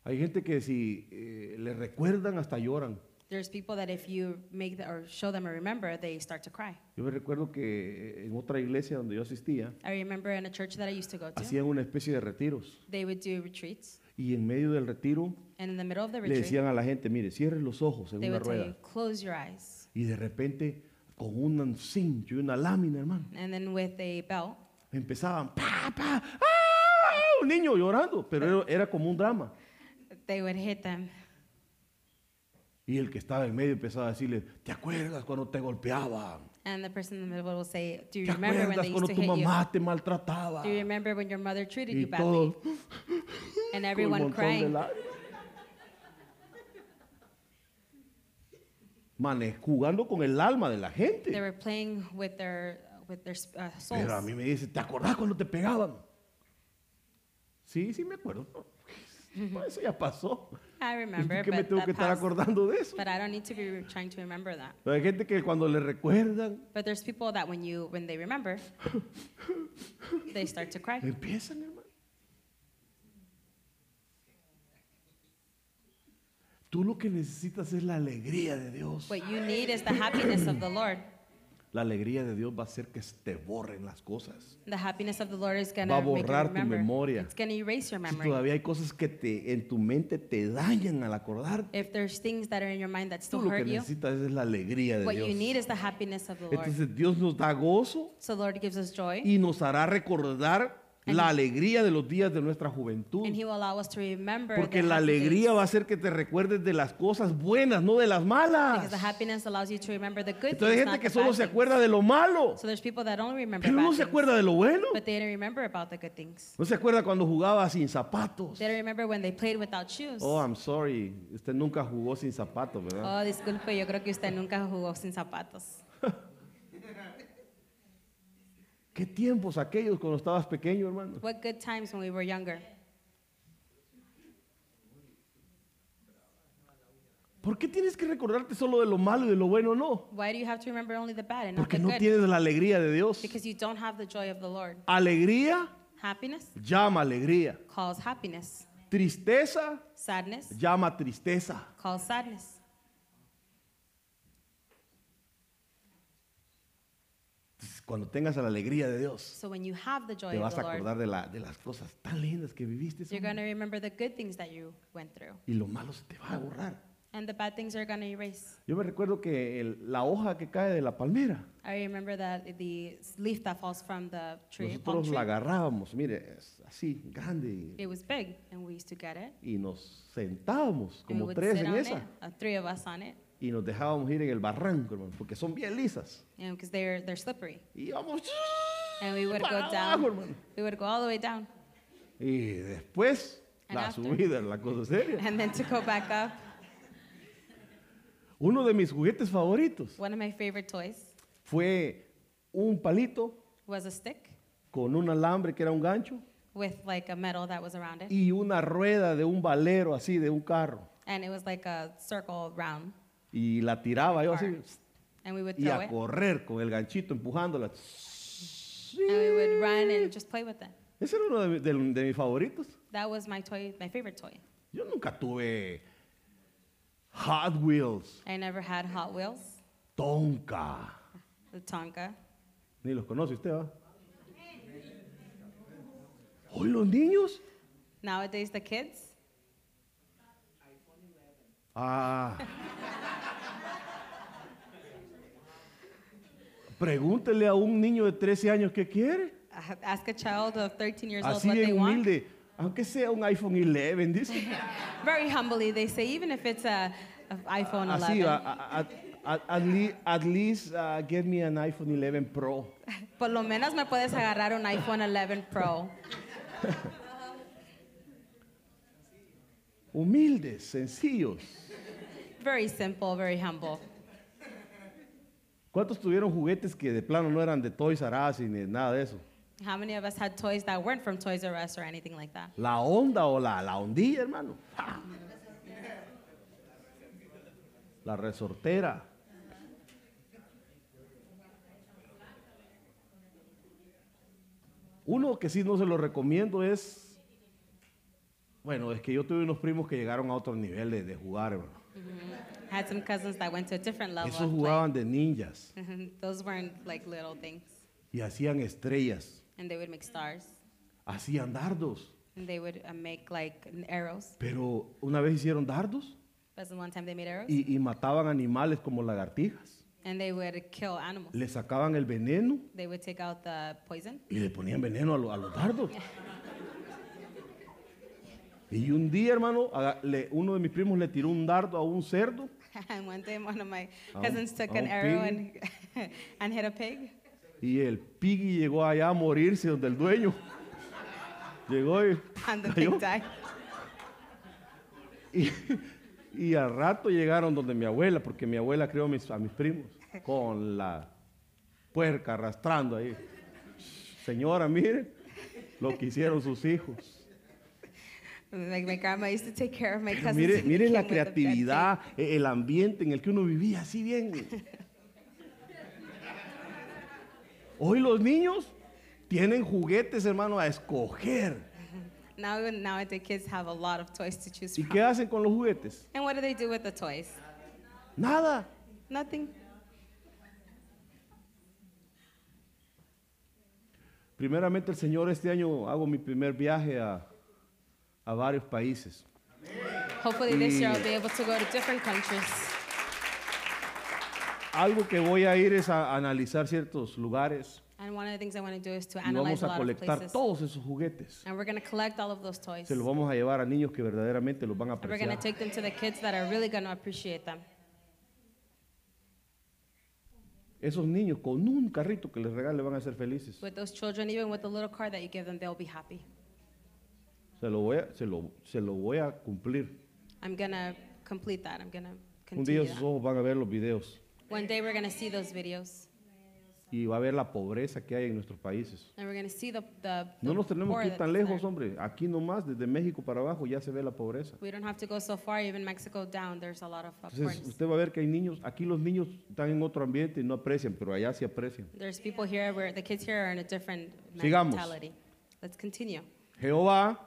Speaker 1: Hay gente que si eh, le recuerdan hasta lloran.
Speaker 2: There's people that if you make the, or show them a remember, they start to cry.
Speaker 1: Yo me recuerdo que eh, en otra iglesia donde yo asistía,
Speaker 2: I remember in a church that I used to go to,
Speaker 1: hacían una especie de retiros.
Speaker 2: they would do retreats,
Speaker 1: Y en medio del retiro
Speaker 2: and in the middle of the
Speaker 1: le
Speaker 2: retreat,
Speaker 1: decían a la gente, mire, cierre los ojos en
Speaker 2: they
Speaker 1: una
Speaker 2: would tell you,
Speaker 1: rueda.
Speaker 2: close your eyes.
Speaker 1: Y de repente, con un cincho y una lámina, hermano,
Speaker 2: And then with a belt,
Speaker 1: empezaban, pa, pa, ¡ah! un niño llorando, pero era, era como un drama.
Speaker 2: they would hit them.
Speaker 1: Y el que estaba en medio empezaba a decirle, ¿te acuerdas cuando te golpeaban?
Speaker 2: And the person in the middle will say, do you
Speaker 1: ¿Te
Speaker 2: remember when
Speaker 1: acuerdas
Speaker 2: they used
Speaker 1: cuando
Speaker 2: to
Speaker 1: tu
Speaker 2: hit you?
Speaker 1: mamá te maltrataba?
Speaker 2: Do you remember when your mother treated
Speaker 1: Y
Speaker 2: you badly?
Speaker 1: todos,
Speaker 2: And
Speaker 1: con un
Speaker 2: everyone
Speaker 1: montón de
Speaker 2: crying.
Speaker 1: lágrimas. Mane- jugando con el alma de la gente.
Speaker 2: They were playing with their, with their uh, souls.
Speaker 1: Pero a mí me dice, ¿te acordás cuando te pegaban? Sí, sí me acuerdo. No, Eso ya pasó.
Speaker 2: I remember,
Speaker 1: ¿Por qué me
Speaker 2: but
Speaker 1: tengo
Speaker 2: that
Speaker 1: que estar
Speaker 2: passed.
Speaker 1: acordando de eso?
Speaker 2: But I don't need to be trying to remember that.
Speaker 1: Pero hay gente que cuando le recuerdan,
Speaker 2: But there's people that when you when they
Speaker 1: (laughs)
Speaker 2: remember, they start to cry.
Speaker 1: empiezan, hermano. Tú lo que necesitas es la alegría de Dios.
Speaker 2: What you need is the happiness of the Lord.
Speaker 1: La alegría de Dios va a hacer que se te borren las cosas.
Speaker 2: The happiness of the Lord is
Speaker 1: Va
Speaker 2: gonna
Speaker 1: a
Speaker 2: make you
Speaker 1: borrar tu
Speaker 2: remember.
Speaker 1: memoria.
Speaker 2: It's gonna erase your
Speaker 1: Si
Speaker 2: memory.
Speaker 1: todavía hay cosas que te, en tu mente te dañan al acordarte,
Speaker 2: If there's things that are in your mind that
Speaker 1: tú
Speaker 2: still
Speaker 1: lo que
Speaker 2: hurt you,
Speaker 1: necesitas es la alegría de
Speaker 2: what you
Speaker 1: Dios.
Speaker 2: need is the happiness of the Lord.
Speaker 1: Entonces Dios nos da gozo
Speaker 2: So the Lord gives us joy,
Speaker 1: y nos hará recordar la alegría de los días de nuestra juventud.
Speaker 2: and He will allow us to remember. the
Speaker 1: Porque la
Speaker 2: happy days.
Speaker 1: alegría va a hacer que te recuerdes de las cosas buenas, no de las
Speaker 2: Because the
Speaker 1: malas.
Speaker 2: happiness allows you to remember the good
Speaker 1: Entonces hay
Speaker 2: things, not
Speaker 1: gente que
Speaker 2: the bad
Speaker 1: solo se
Speaker 2: things.
Speaker 1: acuerda de lo malo,
Speaker 2: So there's people that don't remember
Speaker 1: pero
Speaker 2: bad
Speaker 1: no se
Speaker 2: things,
Speaker 1: acuerda de lo bueno.
Speaker 2: but they didn't remember about the good things.
Speaker 1: No se acuerda cuando jugaba sin zapatos.
Speaker 2: They don't remember when they played without shoes.
Speaker 1: Oh, I'm sorry, usted nunca jugó sin zapatos, ¿verdad?
Speaker 2: Oh, disculpe, yo creo que usted nunca jugó sin zapatos.
Speaker 1: ¿Qué tiempos aquellos cuando estabas pequeño, hermano?
Speaker 2: What good times when we were younger.
Speaker 1: ¿Por qué tienes que recordarte solo de lo malo y de lo bueno? No,
Speaker 2: Why do you have to remember only the bad and not
Speaker 1: porque
Speaker 2: the
Speaker 1: no
Speaker 2: good?
Speaker 1: tienes la alegría de Dios.
Speaker 2: Because you don't have the joy of the Lord.
Speaker 1: Alegría
Speaker 2: Happiness
Speaker 1: llama alegría.
Speaker 2: calls happiness.
Speaker 1: Tristeza
Speaker 2: Sadness
Speaker 1: llama tristeza.
Speaker 2: calls sadness.
Speaker 1: Entonces, Cuando tengas la alegría de Dios,
Speaker 2: So when you have the joy
Speaker 1: te
Speaker 2: of
Speaker 1: vas
Speaker 2: the
Speaker 1: a
Speaker 2: Lord,
Speaker 1: acordar de, la- de las cosas tan lindas que viviste
Speaker 2: you're
Speaker 1: hombre,
Speaker 2: going to remember the good things that you went through.
Speaker 1: y lo malo se te va a borrar.
Speaker 2: And the bad things are going to erase.
Speaker 1: Yo me recuerdo que el- la hoja que cae de la palmera,
Speaker 2: I remember that the leaf that falls from the tree, palm
Speaker 1: nosotros la
Speaker 2: tree
Speaker 1: agarrábamos, mire, es así, grande, y-
Speaker 2: it was big, and we used to get it.
Speaker 1: y nos sentábamos
Speaker 2: and we
Speaker 1: como
Speaker 2: would
Speaker 1: tres
Speaker 2: sit
Speaker 1: en
Speaker 2: on
Speaker 1: esa
Speaker 2: it, uh, three of us on it,
Speaker 1: y nos dejábamos ir en el barranco, hermano, porque son bien lisas.
Speaker 2: because they're they're slippery.
Speaker 1: Y íbamos
Speaker 2: And we would
Speaker 1: para
Speaker 2: go
Speaker 1: abajo,
Speaker 2: down.
Speaker 1: hermano.
Speaker 2: We would go all the way
Speaker 1: (laughs)
Speaker 2: down,
Speaker 1: Y después,
Speaker 2: And
Speaker 1: la
Speaker 2: after.
Speaker 1: subida, es la cosa seria.
Speaker 2: and then to go back up.
Speaker 1: Uno de mis juguetes favoritos
Speaker 2: One of my favorite toys
Speaker 1: fue un palito
Speaker 2: was a stick
Speaker 1: con un alambre que era un gancho
Speaker 2: with like a metal that was around it,
Speaker 1: y una rueda de un balero así, de un carro.
Speaker 2: and it was like a circle round,
Speaker 1: Y la tiraba yo así
Speaker 2: Car. and we would
Speaker 1: y
Speaker 2: throw
Speaker 1: a
Speaker 2: it,
Speaker 1: correr con el ganchito empujándola.
Speaker 2: and we would run and just play with it.
Speaker 1: Ese era uno de, mi- de- de mis favoritos.
Speaker 2: That was my toy, my favorite toy.
Speaker 1: Yo nunca tuve Hot Wheels,
Speaker 2: I never had Hot Wheels,
Speaker 1: Tonka.
Speaker 2: the Tonka.
Speaker 1: Ni los conoce usted, ¿va? Hoy los niños.
Speaker 2: Nowadays, the kids,
Speaker 1: Ah. Pregúntele a un niño de 13 años qué quiere.
Speaker 2: uh, ask a child of 13 years old
Speaker 1: Así
Speaker 2: what
Speaker 1: de
Speaker 2: they want.
Speaker 1: humilde. Aunque sea un iPhone 11, dice.
Speaker 2: Very humbly, they say, even if it's a, a iPhone
Speaker 1: Así,
Speaker 2: 11,
Speaker 1: a- a- a- a- at, le- at least uh, get me an iPhone 11 Pro.
Speaker 2: por lo menos me puedes agarrar un iPhone 11 Pro.
Speaker 1: Humildes, sencillos.
Speaker 2: Very simple, very humble.
Speaker 1: ¿Cuántos tuvieron juguetes que de plano no eran de Toys R Us y ni nada de eso?
Speaker 2: How many of us had toys that weren't from Toys R Us or anything like that?
Speaker 1: La onda o la, la ondilla, hermano. Ja. La resortera. Uno que sí no se lo recomiendo es. Bueno, es que yo tuve unos primos que llegaron a otro nivel de, de jugar, hermano.
Speaker 2: I had some cousins that went to a different level
Speaker 1: Esos
Speaker 2: of play.
Speaker 1: jugaban de ninjas
Speaker 2: (laughs) Those weren't like little things.
Speaker 1: y hacían estrellas,
Speaker 2: And they would make stars.
Speaker 1: hacían dardos.
Speaker 2: And they would uh, make like n- arrows.
Speaker 1: Pero una vez hicieron dardos
Speaker 2: But the one time they made arrows.
Speaker 1: y- y mataban animales como lagartijas.
Speaker 2: And they would kill animals.
Speaker 1: Le sacaban el veneno
Speaker 2: They would take out the poison. (laughs)
Speaker 1: y le ponían veneno a, lo- a los dardos. Y un día, hermano, aga- le- uno de mis primos le tiró un dardo a un cerdo
Speaker 2: and one day one of my
Speaker 1: A un-
Speaker 2: cousins took
Speaker 1: a
Speaker 2: an
Speaker 1: un
Speaker 2: arrow and, and (laughs) hit a pig.
Speaker 1: y el piggy llegó allá a morirse donde el dueño. Llegó y,
Speaker 2: And
Speaker 1: (laughs)
Speaker 2: the
Speaker 1: cayó.
Speaker 2: pig died.
Speaker 1: y, y al rato llegaron donde mi abuela, porque mi abuela crió a mis, a mis primos, con la puerca arrastrando ahí. Señora, mire lo que hicieron sus hijos.
Speaker 2: Like my grandma used to take care of my
Speaker 1: Pero
Speaker 2: cousins.
Speaker 1: mire,
Speaker 2: who
Speaker 1: mire
Speaker 2: came
Speaker 1: la
Speaker 2: with the dead pig.
Speaker 1: creatividad, e- el ambiente en el que uno vivía, así bien. Hoy los niños tienen juguetes, hermano, a escoger.
Speaker 2: Now, now the kids have a lot of toys to choose
Speaker 1: ¿Y
Speaker 2: from.
Speaker 1: qué hacen con los juguetes?
Speaker 2: And what do they do with the toys?
Speaker 1: Nada.
Speaker 2: Nothing.
Speaker 1: Primeramente el Señor, este año hago mi primer viaje a, a varios países.
Speaker 2: Hopefully this year I'll
Speaker 1: Y-
Speaker 2: be able to go to different countries.
Speaker 1: Algo que voy a ir es a analizar ciertos lugares
Speaker 2: And one of the things I want to do is to
Speaker 1: y
Speaker 2: analyze
Speaker 1: vamos
Speaker 2: a
Speaker 1: a
Speaker 2: lot of
Speaker 1: colectar
Speaker 2: places.
Speaker 1: todos esos juguetes.
Speaker 2: And we're going to collect all of those toys.
Speaker 1: Se los vamos a llevar a niños que verdaderamente los van a
Speaker 2: And we're going to
Speaker 1: apreciar.
Speaker 2: take them to the kids that are really going to appreciate them.
Speaker 1: Esos niños con un carrito que les regale van a ser felices.
Speaker 2: With those children, even with the little card that you give them, they'll be happy.
Speaker 1: Se lo voy a, se lo, se lo voy a cumplir.
Speaker 2: I'm going to complete that. I'm going to
Speaker 1: Un día
Speaker 2: continue
Speaker 1: sus
Speaker 2: that.
Speaker 1: ojos van a ver los videos.
Speaker 2: One day we're going to see those videos.
Speaker 1: y va a ver la pobreza que hay en nuestros países.
Speaker 2: And we're going to see the, the,
Speaker 1: No
Speaker 2: the
Speaker 1: nos tenemos
Speaker 2: poor
Speaker 1: que ir
Speaker 2: that's
Speaker 1: tan lejos,
Speaker 2: there.
Speaker 1: hombre. Aquí nomás, desde México para abajo, ya se ve la pobreza.
Speaker 2: We don't have to go so far, even Mexico down, there's a lot of uh,
Speaker 1: Entonces,
Speaker 2: poorness.
Speaker 1: usted va a ver que hay niños, aquí los niños están en otro ambiente y no aprecian, pero allá sí aprecian.
Speaker 2: There's people here where the kids here are in a different
Speaker 1: Sigamos.
Speaker 2: mentality. Let's continue.
Speaker 1: Jehová,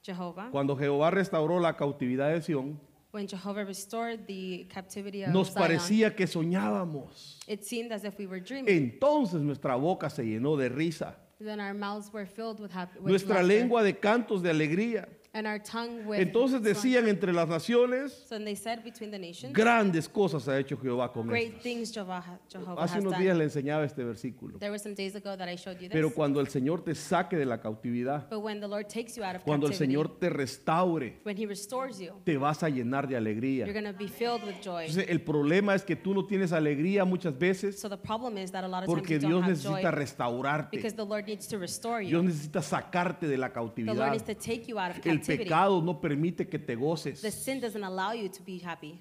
Speaker 2: Jehovah,
Speaker 1: cuando Jehová restauró la cautividad de Sión,
Speaker 2: when Jehovah restored the captivity of
Speaker 1: nos
Speaker 2: Zion,
Speaker 1: parecía que soñábamos.
Speaker 2: it seemed as if we were dreaming.
Speaker 1: Entonces nuestra boca se llenó de risa,
Speaker 2: Then our mouths were filled with happy with
Speaker 1: nuestra
Speaker 2: laughter,
Speaker 1: lengua de cantos de alegría.
Speaker 2: and our tongue with
Speaker 1: Entonces
Speaker 2: song.
Speaker 1: decían entre las naciones,
Speaker 2: So they said between the nations,
Speaker 1: grandes cosas ha hecho Jehová con
Speaker 2: great
Speaker 1: esto.
Speaker 2: things Jehovah, Jehovah
Speaker 1: Hace
Speaker 2: has
Speaker 1: unos
Speaker 2: done.
Speaker 1: días le enseñaba este versículo.
Speaker 2: There were some days ago that I showed you this.
Speaker 1: Pero cuando el Señor te saque de la cautividad,
Speaker 2: but when the Lord takes you out of
Speaker 1: cuando el
Speaker 2: captivity,
Speaker 1: Señor te restaure,
Speaker 2: when He restores you,
Speaker 1: te vas a llenar de
Speaker 2: you're
Speaker 1: alegría.
Speaker 2: going to be filled with joy.
Speaker 1: Entonces el problema es que tú no tienes alegría muchas veces
Speaker 2: so the problem is that a lot of times
Speaker 1: porque
Speaker 2: you
Speaker 1: Dios
Speaker 2: don't have joy
Speaker 1: necesita restaurarte.
Speaker 2: because the Lord needs to restore you.
Speaker 1: Dios necesita sacarte de la
Speaker 2: the Lord
Speaker 1: cautividad.
Speaker 2: needs to take you out of captivity.
Speaker 1: El pecado no permite que
Speaker 2: The
Speaker 1: te goces.
Speaker 2: sin doesn't allow you to be happy.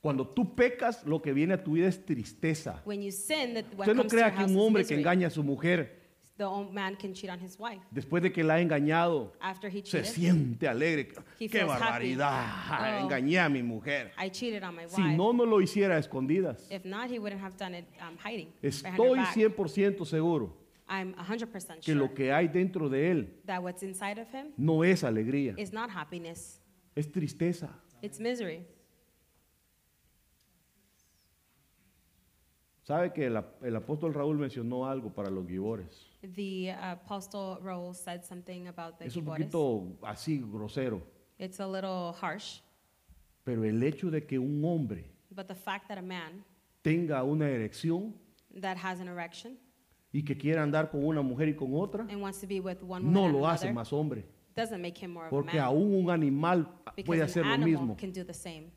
Speaker 1: Cuando tú pecas, lo que viene a tu vida es tristeza.
Speaker 2: When you sin, that what
Speaker 1: Usted no
Speaker 2: comes to your
Speaker 1: crea que
Speaker 2: house
Speaker 1: un
Speaker 2: is
Speaker 1: hombre que
Speaker 2: misery.
Speaker 1: engaña a su mujer
Speaker 2: The old man can cheat on his wife
Speaker 1: después de que la ha engañado
Speaker 2: after he
Speaker 1: se
Speaker 2: cheated.
Speaker 1: siente alegre.
Speaker 2: He
Speaker 1: ¡Qué
Speaker 2: feels happy.
Speaker 1: barbaridad!
Speaker 2: Oh.
Speaker 1: Engañé a mi mujer.
Speaker 2: I cheated on my wife.
Speaker 1: Si no, no lo hiciera a escondidas.
Speaker 2: If not, he wouldn't have done it um, hiding. behind her
Speaker 1: Estoy
Speaker 2: back.
Speaker 1: 100% seguro
Speaker 2: I'm 100% sure
Speaker 1: que lo que hay dentro de él
Speaker 2: that what's inside of him
Speaker 1: no es alegría,
Speaker 2: is not happiness,
Speaker 1: es tristeza.
Speaker 2: it's misery.
Speaker 1: ¿Sabe que el, ap- el apóstol Raúl mencionó algo para los gibores?
Speaker 2: The uh, apostle Raul said something about the
Speaker 1: Es un
Speaker 2: Gibores.
Speaker 1: poquito así grosero,
Speaker 2: It's a little harsh,
Speaker 1: pero el hecho de que un hombre
Speaker 2: but the fact that a man
Speaker 1: tenga una erección
Speaker 2: that has an erection
Speaker 1: y que quiera andar con una mujer y con otra,
Speaker 2: and wants to be with one woman
Speaker 1: no
Speaker 2: and
Speaker 1: lo hace
Speaker 2: another
Speaker 1: más hombre,
Speaker 2: doesn't make him more of a
Speaker 1: porque
Speaker 2: man
Speaker 1: aún un animal puede
Speaker 2: because
Speaker 1: hacer
Speaker 2: an
Speaker 1: lo
Speaker 2: animal
Speaker 1: mismo.
Speaker 2: can do the same.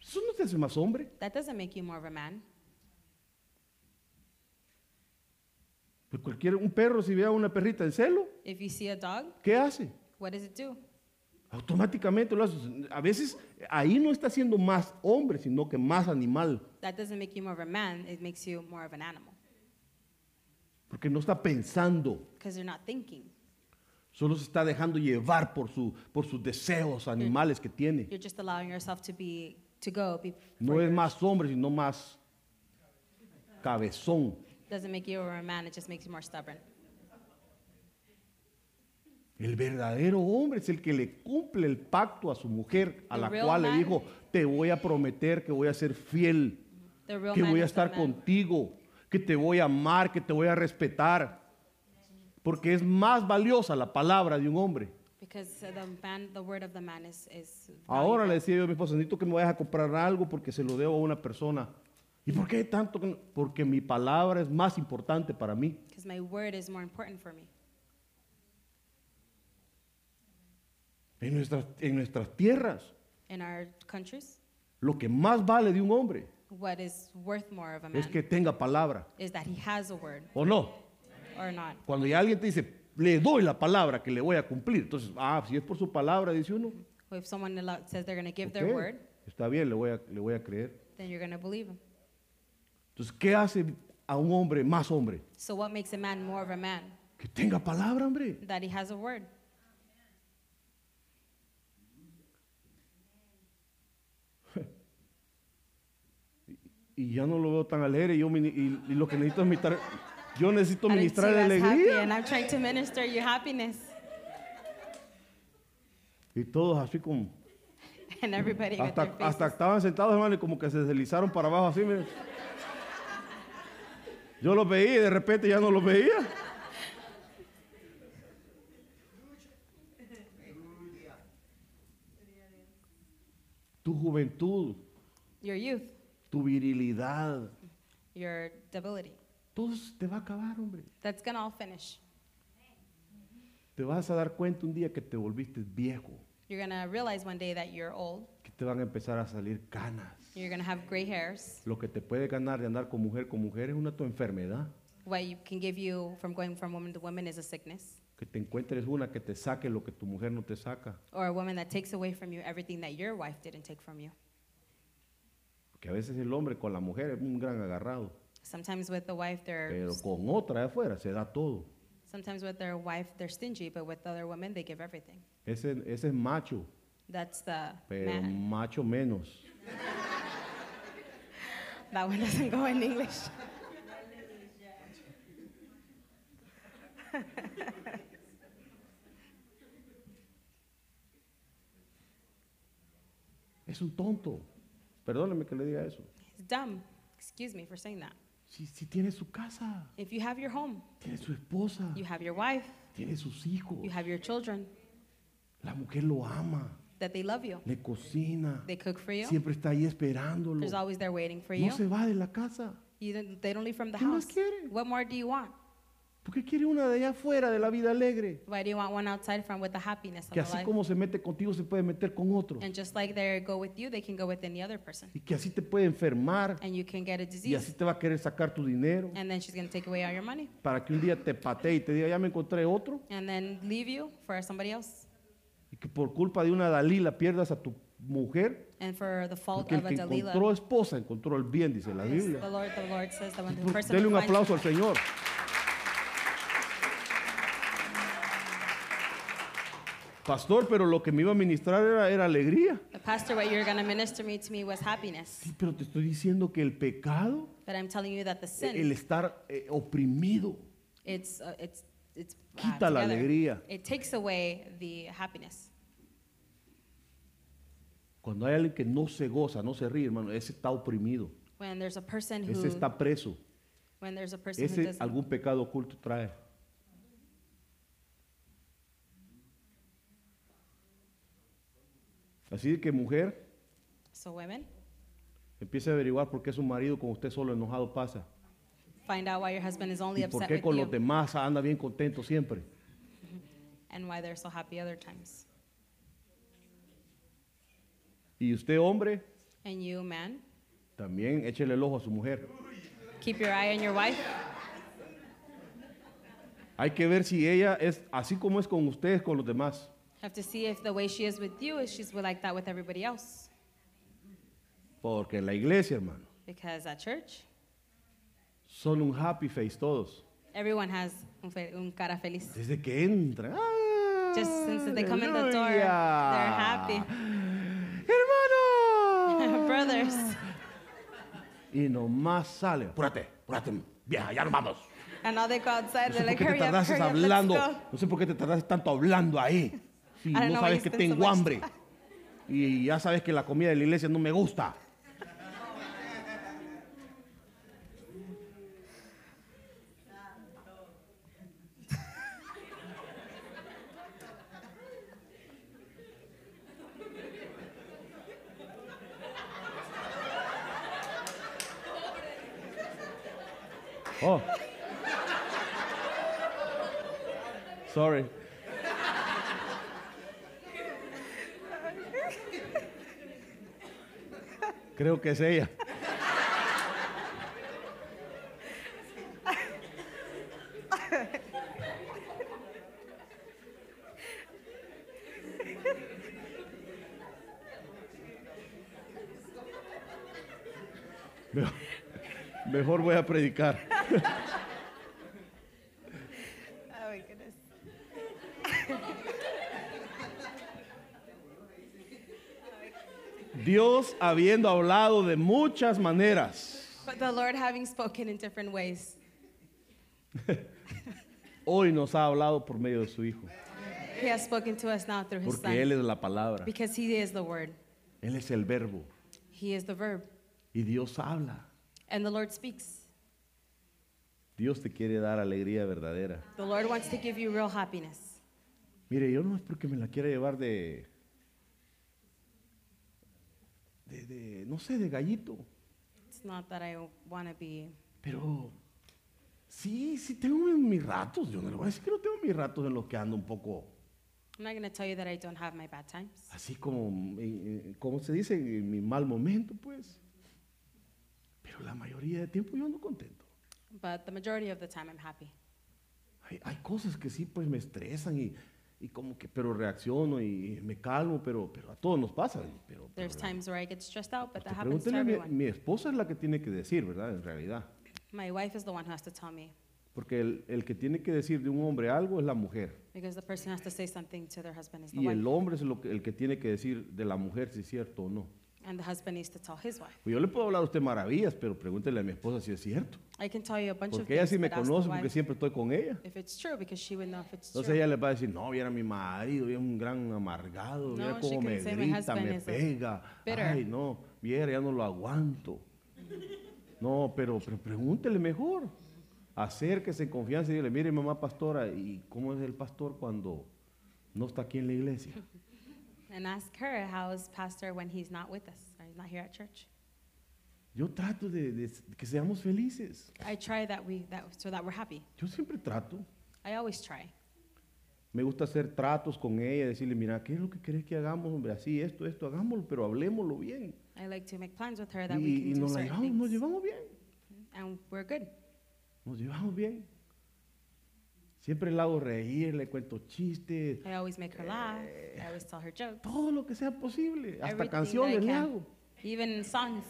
Speaker 1: Eso no te hace más hombre.
Speaker 2: That doesn't make you more of a man.
Speaker 1: Pues cualquier, un perro si ve a una perrita en celo,
Speaker 2: If you see a dog,
Speaker 1: ¿qué hace?
Speaker 2: what does it do?
Speaker 1: Automáticamente lo hace. A veces ahí no está siendo más hombre, sino que más animal,
Speaker 2: That doesn't make you more of a man, it makes you more of an animal
Speaker 1: porque no está pensando,
Speaker 2: because you're not thinking.
Speaker 1: solo se está dejando llevar por, su, por sus deseos animales que tiene.
Speaker 2: You're just allowing yourself to be to go. Be,
Speaker 1: No es más hombre, sino más cabezón.
Speaker 2: doesn't make you a man. It just makes you more stubborn.
Speaker 1: El verdadero hombre es el que le cumple el pacto a su mujer, a
Speaker 2: The
Speaker 1: la
Speaker 2: real
Speaker 1: cual le
Speaker 2: man-
Speaker 1: dijo, te voy a prometer que voy a ser fiel,
Speaker 2: The real
Speaker 1: que
Speaker 2: man
Speaker 1: voy a
Speaker 2: is the
Speaker 1: estar
Speaker 2: man.
Speaker 1: contigo, que te voy a amar, que te voy a respetar. Porque es más valiosa la palabra de un hombre.
Speaker 2: Because uh, the man, the word of the man is is.
Speaker 1: Ahora le
Speaker 2: valuable.
Speaker 1: decía yo a mi esposa, necesito que me vayas a comprar algo porque se lo debo a una persona. ¿Y por qué tanto? que no? Porque mi palabra es más importante para mí.
Speaker 2: Because my word is more important for me.
Speaker 1: En nuestras, en nuestras tierras,
Speaker 2: In our countries,
Speaker 1: lo que más vale de un hombre
Speaker 2: what is worth more of a man
Speaker 1: es que tenga palabra.
Speaker 2: is that he has a word
Speaker 1: ¿O no?
Speaker 2: or not.
Speaker 1: Cuando ya alguien te dice, le doy la palabra que le voy a cumplir, entonces, ah, si es por su palabra, dice uno,
Speaker 2: Well, If someone allo- says they're going to give
Speaker 1: "Ok,
Speaker 2: their word,
Speaker 1: está bien, le voy, a, le voy a creer.
Speaker 2: then you're going to believe him.
Speaker 1: Entonces, ¿qué hace a un hombre más hombre?
Speaker 2: So what makes a man more of a man?
Speaker 1: Que tenga palabra, hombre.
Speaker 2: That he has a word.
Speaker 1: Y ya no lo veo tan alegre, yo, mini- y, y lo que necesito es ministrar, yo necesito
Speaker 2: I don't see you as
Speaker 1: ministrar
Speaker 2: happy, and
Speaker 1: alegría.
Speaker 2: I'm trying to minister your happiness, (laughs)
Speaker 1: Y todos así como,
Speaker 2: and (laughs) everybody with
Speaker 1: hasta,
Speaker 2: their faces.
Speaker 1: hasta estaban sentados, hermano, y como que se deslizaron para abajo así, miren. Yo los veía y de repente ya no los veía. Tu juventud,
Speaker 2: your youth,
Speaker 1: tu virilidad,
Speaker 2: your debility.
Speaker 1: todo eso te va a acabar, hombre.
Speaker 2: That's gonna all finish.
Speaker 1: Te vas a dar cuenta un día que te volviste viejo,
Speaker 2: You're gonna realize one day that you're old.
Speaker 1: que te van a empezar a salir canas.
Speaker 2: You're gonna have gray hairs.
Speaker 1: Lo que te puede ganar de andar con mujer con mujer es una tu enfermedad.
Speaker 2: What you can give you from going from woman to woman is a sickness,
Speaker 1: Que te encuentres una que te saque lo que tu mujer no te saca.
Speaker 2: or a woman that takes away from you everything that your wife didn't take from you.
Speaker 1: Que a veces el hombre con la mujer es un gran agarrado,
Speaker 2: Sometimes with the wife, they're
Speaker 1: pero con otra de afuera se da todo.
Speaker 2: sometimes with their wife they're stingy, but with other women they give everything.
Speaker 1: Ese, ese es macho,
Speaker 2: That's the
Speaker 1: pero
Speaker 2: man.
Speaker 1: macho menos.
Speaker 2: That one (laughs) doesn't go in English.
Speaker 1: Es un tonto. Perdóneme que le diga eso.
Speaker 2: It's dumb. Excuse me for saying that.
Speaker 1: Si, si tiene su casa,
Speaker 2: If you have your home,
Speaker 1: tiene su esposa,
Speaker 2: you have your wife,
Speaker 1: tiene sus hijos.
Speaker 2: you have your children,
Speaker 1: La mujer lo ama,
Speaker 2: that they love you,
Speaker 1: le cocina,
Speaker 2: they cook for you.
Speaker 1: siempre está ahí esperándolo.
Speaker 2: There's always there waiting for
Speaker 1: No se
Speaker 2: you.
Speaker 1: va de la casa.
Speaker 2: you don't, they don't leave from the
Speaker 1: ¿Qué más
Speaker 2: house.
Speaker 1: quiere?
Speaker 2: What more do you want?
Speaker 1: ¿Por qué quiere una de allá afuera de la vida alegre?
Speaker 2: Why do you want one outside from with the happiness of the
Speaker 1: Que así
Speaker 2: life?
Speaker 1: como se mete contigo se puede meter con otro.
Speaker 2: And just like they go with you, they can go with any other person.
Speaker 1: Y que así te puede enfermar
Speaker 2: And you can get a
Speaker 1: y
Speaker 2: disease.
Speaker 1: así te va a querer sacar tu dinero
Speaker 2: And then she's going to take away all your money.
Speaker 1: para que un día te patee y te diga, ya me encontré otro.
Speaker 2: And then leave you for somebody else.
Speaker 1: Y que por culpa de una Dalila pierdas a tu mujer.
Speaker 2: And for the fault
Speaker 1: Porque el
Speaker 2: of a
Speaker 1: que
Speaker 2: Dalila.
Speaker 1: encontró esposa encontró el bien, dice la
Speaker 2: Yes, The
Speaker 1: Biblia.
Speaker 2: Lord, the Lord says that when the
Speaker 1: Por-
Speaker 2: person
Speaker 1: Dele un
Speaker 2: who finds-
Speaker 1: aplauso al Señor. Pastor, pero lo que me iba a ministrar era, era alegría.
Speaker 2: The pastor, what you're going to minister me to me was happiness.
Speaker 1: Sí, pero te estoy diciendo que el pecado,
Speaker 2: But I'm telling you that the sin,
Speaker 1: el estar eh, oprimido,
Speaker 2: it's, uh, it's, it's uh,
Speaker 1: Quita la
Speaker 2: together.
Speaker 1: alegría.
Speaker 2: It takes away the happiness.
Speaker 1: cuando hay alguien que no se goza, no se ríe, hermano, ese está oprimido,
Speaker 2: When there's a person who,
Speaker 1: ese está preso,
Speaker 2: when there's a person who
Speaker 1: ese
Speaker 2: doesn't,
Speaker 1: algún pecado oculto trae. Así que mujer,
Speaker 2: so women,
Speaker 1: Empiece a averiguar por qué su marido con usted solo enojado pasa.
Speaker 2: find out why your husband is only
Speaker 1: Y por
Speaker 2: upset
Speaker 1: qué
Speaker 2: with
Speaker 1: con
Speaker 2: you
Speaker 1: los demás anda bien contento siempre.
Speaker 2: and why they're so happy other times.
Speaker 1: Y usted, hombre,
Speaker 2: And you, man,
Speaker 1: también échele el ojo a su mujer.
Speaker 2: keep your eye on your wife.
Speaker 1: Hay que ver si ella es así como es con ustedes, con los demás.
Speaker 2: Have to see if the way she is with you is she's like that with everybody else.
Speaker 1: Porque en la iglesia, hermano,
Speaker 2: Because at church,
Speaker 1: son un happy face todos.
Speaker 2: everyone has un, fe, un cara feliz. (laughs)
Speaker 1: Desde que entran.
Speaker 2: Just since they come in the door,
Speaker 1: ¡Aleluya!
Speaker 2: they're happy. (laughs)
Speaker 1: Hermano.
Speaker 2: Brothers,
Speaker 1: Y nomás sale. Apúrate, apúrate, vieja, ya nos vamos.
Speaker 2: and all they go outside,
Speaker 1: No
Speaker 2: they're
Speaker 1: sé por
Speaker 2: like,
Speaker 1: qué te
Speaker 2: hurry up,
Speaker 1: tardaste
Speaker 2: hurry up, let's
Speaker 1: hablando.
Speaker 2: go.
Speaker 1: No sé por qué te tardaste tanto hablando ahí. Si
Speaker 2: I don't
Speaker 1: no
Speaker 2: know why
Speaker 1: sabes
Speaker 2: you
Speaker 1: que
Speaker 2: spend so
Speaker 1: tengo
Speaker 2: much
Speaker 1: hambre.
Speaker 2: time.
Speaker 1: Y ya sabes que la comida de la iglesia no me gusta. Oh. Sorry. Creo que es ella. Mejor- Mejor voy a predicar.
Speaker 2: Oh my goodness.
Speaker 1: Dios habiendo hablado de muchas maneras,
Speaker 2: But the Lord, having spoken in different ways,
Speaker 1: hoy nos ha hablado por medio de su Hijo.
Speaker 2: He has spoken to us now through His
Speaker 1: Porque Él
Speaker 2: Son.
Speaker 1: es la palabra.
Speaker 2: Because He is the Word,
Speaker 1: Él es el verbo.
Speaker 2: He is the verb.
Speaker 1: Y Dios habla.
Speaker 2: And the Lord speaks.
Speaker 1: Dios te quiere dar alegría verdadera.
Speaker 2: The Lord wants to give you real happiness.
Speaker 1: Mire, yo no es porque me la quiera llevar de, de, de, no sé, de gallito.
Speaker 2: It's not that I want to be.
Speaker 1: Pero sí, sí tengo mis, mis ratos. Yo no le voy a decir que no tengo mis ratos en los que ando un poco
Speaker 2: I'm not going to tell you that I don't have my bad times.
Speaker 1: así como, eh, eh, como se dice, en mi mal momento, pues. Pero la mayoría de tiempo yo ando contento.
Speaker 2: But the majority of the time, I'm happy.
Speaker 1: Hay, hay cosas que sí, pues me estresan y, y, y como que, pero reacciono y me calmo, pero, pero a todos nos pasa. y- Pero, pero
Speaker 2: There's times where I get stressed out, but that
Speaker 1: usted
Speaker 2: happens to
Speaker 1: pregúntele a mi,
Speaker 2: everyone.
Speaker 1: mi esposa es la que tiene que decir, ¿verdad? En realidad.
Speaker 2: My wife is the one who has to tell me
Speaker 1: Porque el, el que tiene que decir de un hombre algo es la mujer.
Speaker 2: because the person has to say something to their husband is the
Speaker 1: Y el
Speaker 2: wife,
Speaker 1: hombre es lo que- el que tiene que decir de la mujer si es cierto o no.
Speaker 2: and the husband needs to tell his wife.
Speaker 1: Pues yo le puedo hablar a usted maravillas, pero pregúntele a mi esposa si es cierto.
Speaker 2: I can tell you a bunch of
Speaker 1: Porque ella
Speaker 2: things,
Speaker 1: sí me
Speaker 2: but ask the
Speaker 1: conoce, porque
Speaker 2: wife
Speaker 1: siempre estoy con ella.
Speaker 2: if it's true because she would know if it's
Speaker 1: Entonces
Speaker 2: true.
Speaker 1: ella le va a decir, no, viera mi marido, viera un gran amargado,
Speaker 2: No,
Speaker 1: viera
Speaker 2: she
Speaker 1: cómo me
Speaker 2: can say my
Speaker 1: grita,
Speaker 2: husband
Speaker 1: me
Speaker 2: is a
Speaker 1: pega.
Speaker 2: bitter.
Speaker 1: Ay, no, viera, ya no lo aguanto. No, pero, pero pregúntele mejor. Acérquese en confianza y dile, mire mamá pastora, ¿y cómo es el pastor cuando no está aquí en la iglesia?
Speaker 2: And ask her how is pastor when he's not with us or he's not here at church.
Speaker 1: Yo trato de, de que seamos felices.
Speaker 2: I try that we that so that we're happy.
Speaker 1: Yo siempre trato.
Speaker 2: I always try.
Speaker 1: Me gusta hacer tratos con ella, decirle, mira, ¿qué es lo que querés que hagamos, hombre? Así, esto, esto, hagámoslo, pero hablemoslo bien.
Speaker 2: I like to make plans with her that we
Speaker 1: Y,
Speaker 2: can
Speaker 1: y
Speaker 2: do
Speaker 1: nos, la
Speaker 2: certain
Speaker 1: llevamos, nos
Speaker 2: things,
Speaker 1: llevamos bien.
Speaker 2: and we're good.
Speaker 1: Nos llevamos bien. Siempre la hago reír, le cuento chistes,
Speaker 2: I always make her laugh. I always tell her jokes.
Speaker 1: todo lo que sea posible. Hasta
Speaker 2: everything that I
Speaker 1: canciones le
Speaker 2: can,
Speaker 1: hago.
Speaker 2: Even songs.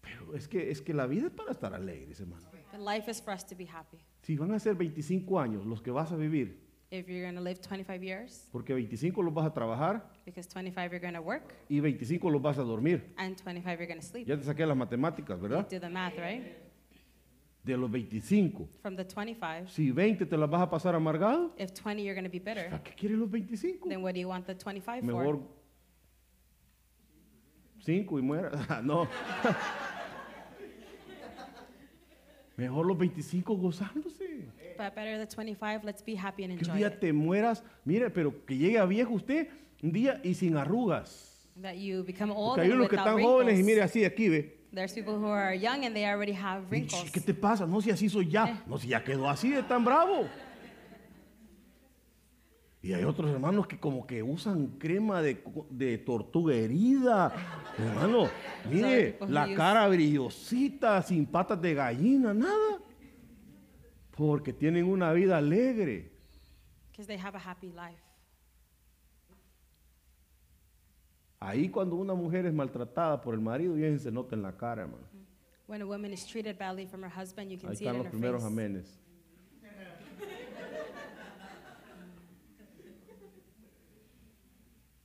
Speaker 1: Pero es que, es que la vida es para estar alegres, hermano.
Speaker 2: But life is for us to be happy.
Speaker 1: Si van a ser 25 años los que vas a vivir,
Speaker 2: If you're going to live 25 years,
Speaker 1: porque 25 los vas a trabajar
Speaker 2: because 25 you're going to work
Speaker 1: y 25 los vas a dormir.
Speaker 2: and 25 you're going to sleep.
Speaker 1: Ya te saqué las matemáticas,
Speaker 2: You
Speaker 1: ¿verdad?
Speaker 2: do the math, right?
Speaker 1: De los 25.
Speaker 2: From the 25,
Speaker 1: Si 20 te las vas a pasar amargado,
Speaker 2: if 20 you're going to be bitter,
Speaker 1: ¿a qué quieres los 25?
Speaker 2: then what do you want the 25 for?
Speaker 1: Mejor cinco y muera. (laughs) Ah, no. Mejor los 25 gozándose.
Speaker 2: But better the 25, let's be happy and
Speaker 1: Que un
Speaker 2: enjoy
Speaker 1: día
Speaker 2: it.
Speaker 1: te mueras, mire, pero que llegue a viejo usted un día y sin arrugas.
Speaker 2: That you become old
Speaker 1: Porque hay
Speaker 2: and
Speaker 1: unos que
Speaker 2: without
Speaker 1: están jóvenes y mire
Speaker 2: wrinkles.
Speaker 1: así, aquí ve.
Speaker 2: There's people who are young and they already have
Speaker 1: "Ch,
Speaker 2: wrinkles.
Speaker 1: ¿Qué te pasa? No, si así soy ya. No, si ya quedó así de tan bravo. Y hay otros hermanos que como que usan crema de, co- de tortuga herida. Hermano, mire,
Speaker 2: tipos
Speaker 1: la
Speaker 2: míos.
Speaker 1: cara brillosita, sin patas de gallina, nada. Porque tienen una vida alegre.
Speaker 2: Because they have a happy life.
Speaker 1: Ahí cuando una mujer es maltratada por el marido, bien se nota en la cara, hermano.
Speaker 2: When a woman is treated badly from her husband, you can
Speaker 1: Ahí
Speaker 2: see it
Speaker 1: están
Speaker 2: in
Speaker 1: los
Speaker 2: her
Speaker 1: primeros
Speaker 2: face.
Speaker 1: amenes.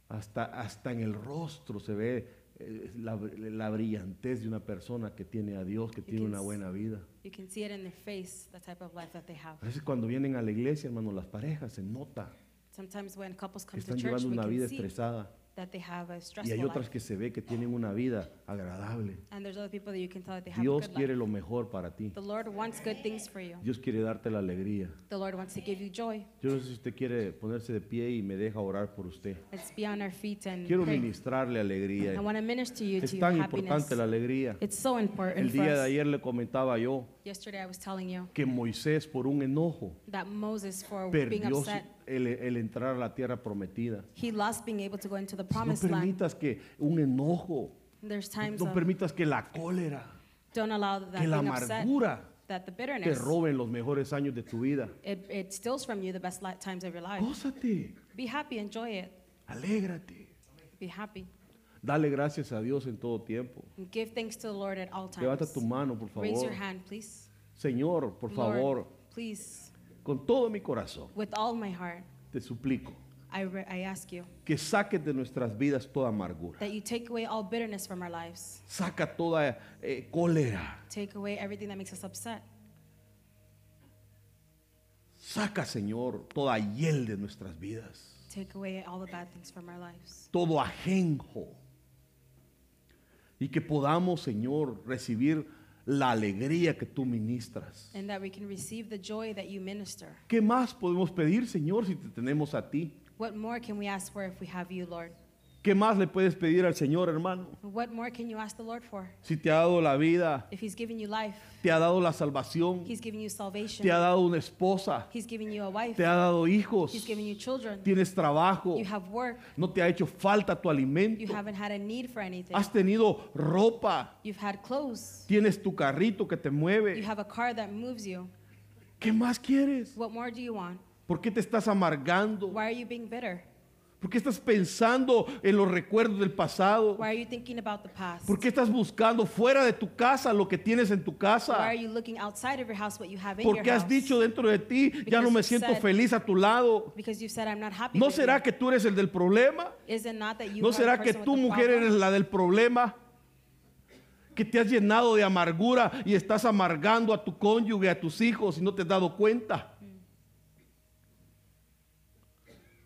Speaker 1: Hasta, hasta en el rostro se ve eh, la, la brillantez de una persona que tiene a Dios, que tiene
Speaker 2: can
Speaker 1: una
Speaker 2: s-
Speaker 1: buena vida.
Speaker 2: You can see it in their face, the type of life that they have.
Speaker 1: A veces cuando vienen a la iglesia, hermano, las parejas se nota
Speaker 2: Sometimes when couples
Speaker 1: que
Speaker 2: come to
Speaker 1: están
Speaker 2: church,
Speaker 1: llevando
Speaker 2: we
Speaker 1: una vida
Speaker 2: can see
Speaker 1: estresada.
Speaker 2: that they have a
Speaker 1: Y
Speaker 2: stressful
Speaker 1: hay otras
Speaker 2: life.
Speaker 1: que se ve que tienen una vida agradable.
Speaker 2: And there's other people that you can tell that they have a
Speaker 1: Dios
Speaker 2: good
Speaker 1: quiere
Speaker 2: life.
Speaker 1: lo mejor para ti.
Speaker 2: The Lord wants good things for you.
Speaker 1: Dios quiere darte la alegría.
Speaker 2: The Lord wants to give you joy.
Speaker 1: Yo no sé si usted quiere ponerse de pie y me deja orar por usted.
Speaker 2: Let's be on our feet and
Speaker 1: Quiero
Speaker 2: pray.
Speaker 1: ministrarle
Speaker 2: I
Speaker 1: alegría.
Speaker 2: want to minister you to
Speaker 1: Es
Speaker 2: your
Speaker 1: tan importante
Speaker 2: happiness.
Speaker 1: la alegría.
Speaker 2: It's so important
Speaker 1: El
Speaker 2: for
Speaker 1: día de
Speaker 2: us.
Speaker 1: ayer le comentaba yo
Speaker 2: Yesterday I was telling you
Speaker 1: que Moisés por un enojo
Speaker 2: that Moses, for being
Speaker 1: perdió su-
Speaker 2: upset,
Speaker 1: el, el entrar a la tierra prometida.
Speaker 2: he lost being able to go into the
Speaker 1: No
Speaker 2: promised land.
Speaker 1: permitas que un enojo,
Speaker 2: There's times
Speaker 1: no
Speaker 2: of-
Speaker 1: permitas que la cólera,
Speaker 2: don't allow that
Speaker 1: que la
Speaker 2: being upset,
Speaker 1: amargura
Speaker 2: that the
Speaker 1: te
Speaker 2: bitterness,
Speaker 1: roben los mejores años de tu vida.
Speaker 2: it, it steals from you the best li- times of your life.
Speaker 1: Gózate,
Speaker 2: Be happy, enjoy it.
Speaker 1: alégrate,
Speaker 2: Be happy.
Speaker 1: dale gracias a Dios en todo tiempo.
Speaker 2: And give thanks to the Lord at all times.
Speaker 1: Levanta tu mano, por
Speaker 2: Raise
Speaker 1: favor.
Speaker 2: your hand, please.
Speaker 1: Señor, por
Speaker 2: Lord,
Speaker 1: favor,
Speaker 2: please,
Speaker 1: con todo mi corazón,
Speaker 2: with all my heart,
Speaker 1: te suplico
Speaker 2: I, re- I ask you
Speaker 1: que saques de nuestras vidas toda amargura.
Speaker 2: that you take away all bitterness from our lives.
Speaker 1: Saca toda eh, cólera.
Speaker 2: Take away everything that makes us upset.
Speaker 1: Saca, Señor, toda hiel de nuestras vidas.
Speaker 2: Take away all the bad things from our lives.
Speaker 1: Todo ajenjo. Y que podamos, Señor, recibir la alegría que tú ministras.
Speaker 2: And that we can receive the joy that you minister.
Speaker 1: ¿Qué más podemos pedir, Señor, si te tenemos a ti?
Speaker 2: What more can we ask for if we have you, Lord?
Speaker 1: ¿Qué más le puedes pedir al Señor, hermano?
Speaker 2: What more can you ask the Lord for?
Speaker 1: Si te ha dado la vida,
Speaker 2: If He's giving you life,
Speaker 1: te ha dado la salvación,
Speaker 2: He's giving you salvation,
Speaker 1: te ha dado una esposa,
Speaker 2: He's giving you a wife,
Speaker 1: te ha dado hijos,
Speaker 2: He's giving you children,
Speaker 1: tienes trabajo,
Speaker 2: you have work,
Speaker 1: no te ha hecho falta tu
Speaker 2: you
Speaker 1: alimento,
Speaker 2: haven't had a need for anything,
Speaker 1: has tenido ropa,
Speaker 2: you've had clothes,
Speaker 1: tienes tu carrito que te
Speaker 2: you
Speaker 1: mueve,
Speaker 2: have a car that moves you,
Speaker 1: ¿Qué más quieres?
Speaker 2: What more do you want?
Speaker 1: ¿Por qué te estás amargando?
Speaker 2: Why are you being bitter?
Speaker 1: ¿Por qué estás pensando en los recuerdos del pasado?
Speaker 2: Why are you thinking about the past?
Speaker 1: ¿Por qué estás buscando fuera de tu casa lo que tienes en tu
Speaker 2: Why
Speaker 1: casa?
Speaker 2: are you looking outside of your house what you have in
Speaker 1: ¿Por
Speaker 2: your
Speaker 1: qué has
Speaker 2: house?
Speaker 1: dicho dentro de ti, ya no
Speaker 2: Because
Speaker 1: me
Speaker 2: you
Speaker 1: siento
Speaker 2: said-
Speaker 1: feliz a tu lado?
Speaker 2: Because you said I'm not happy.
Speaker 1: ¿No
Speaker 2: with
Speaker 1: será
Speaker 2: you.
Speaker 1: que tú eres el del problema?
Speaker 2: Is it not that you
Speaker 1: ¿No
Speaker 2: are the
Speaker 1: será que
Speaker 2: person with
Speaker 1: tú
Speaker 2: the
Speaker 1: mujer
Speaker 2: problem?
Speaker 1: eres la del problema? Que te has llenado de amargura y estás amargando a tu cónyuge, a tus hijos y no te has dado cuenta.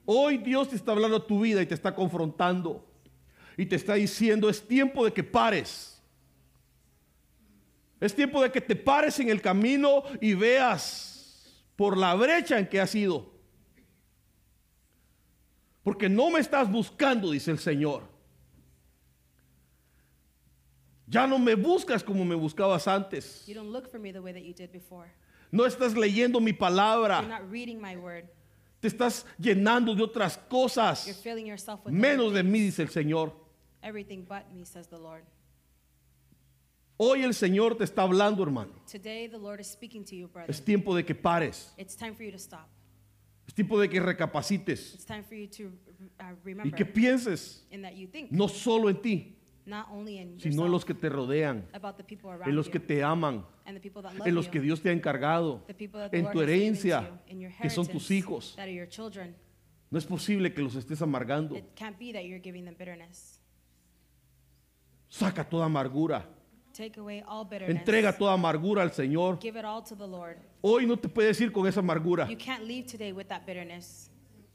Speaker 1: Hoy Dios te está hablando a tu vida y te está confrontando. Y te está diciendo, es tiempo de que pares. Es tiempo de que te pares en el camino y veas por la brecha en que has ido. Porque no me estás buscando, dice el Señor. Ya no me buscas como me buscabas antes.
Speaker 2: You don't look for me the way that you did before.
Speaker 1: No estás leyendo mi
Speaker 2: You're
Speaker 1: palabra.
Speaker 2: not reading my word.
Speaker 1: Te estás llenando de otras
Speaker 2: You're
Speaker 1: cosas.
Speaker 2: filling yourself with
Speaker 1: Menos de
Speaker 2: everything,
Speaker 1: mí, dice el Señor.
Speaker 2: everything but me, says the Lord.
Speaker 1: Hoy el Señor te está hablando, hermano.
Speaker 2: Today the Lord is speaking to you, brother.
Speaker 1: Es tiempo de que pares.
Speaker 2: It's time for you to stop.
Speaker 1: Es tiempo de que recapacites.
Speaker 2: It's time for you to uh,
Speaker 1: Y
Speaker 2: remember
Speaker 1: que pienses
Speaker 2: in that you think
Speaker 1: no solo en ti,
Speaker 2: not only in
Speaker 1: sino en
Speaker 2: yourself,
Speaker 1: los que te rodean,
Speaker 2: about the people around
Speaker 1: en los que
Speaker 2: you
Speaker 1: te aman,
Speaker 2: and the people that love
Speaker 1: en los que
Speaker 2: you,
Speaker 1: Dios te ha encargado,
Speaker 2: the people that the
Speaker 1: en
Speaker 2: Lord
Speaker 1: tu
Speaker 2: has given to
Speaker 1: herencia,
Speaker 2: you, in your
Speaker 1: que son
Speaker 2: inheritance,
Speaker 1: tus hijos.
Speaker 2: that are your children.
Speaker 1: No es posible que los estés amargando.
Speaker 2: It can't be that you're giving them bitterness.
Speaker 1: Saca toda amargura.
Speaker 2: Take away all bitterness.
Speaker 1: Entrega toda amargura al Señor.
Speaker 2: Give it all to the Lord.
Speaker 1: Hoy no te puedes ir con esa amargura.
Speaker 2: You can't leave today with that bitterness.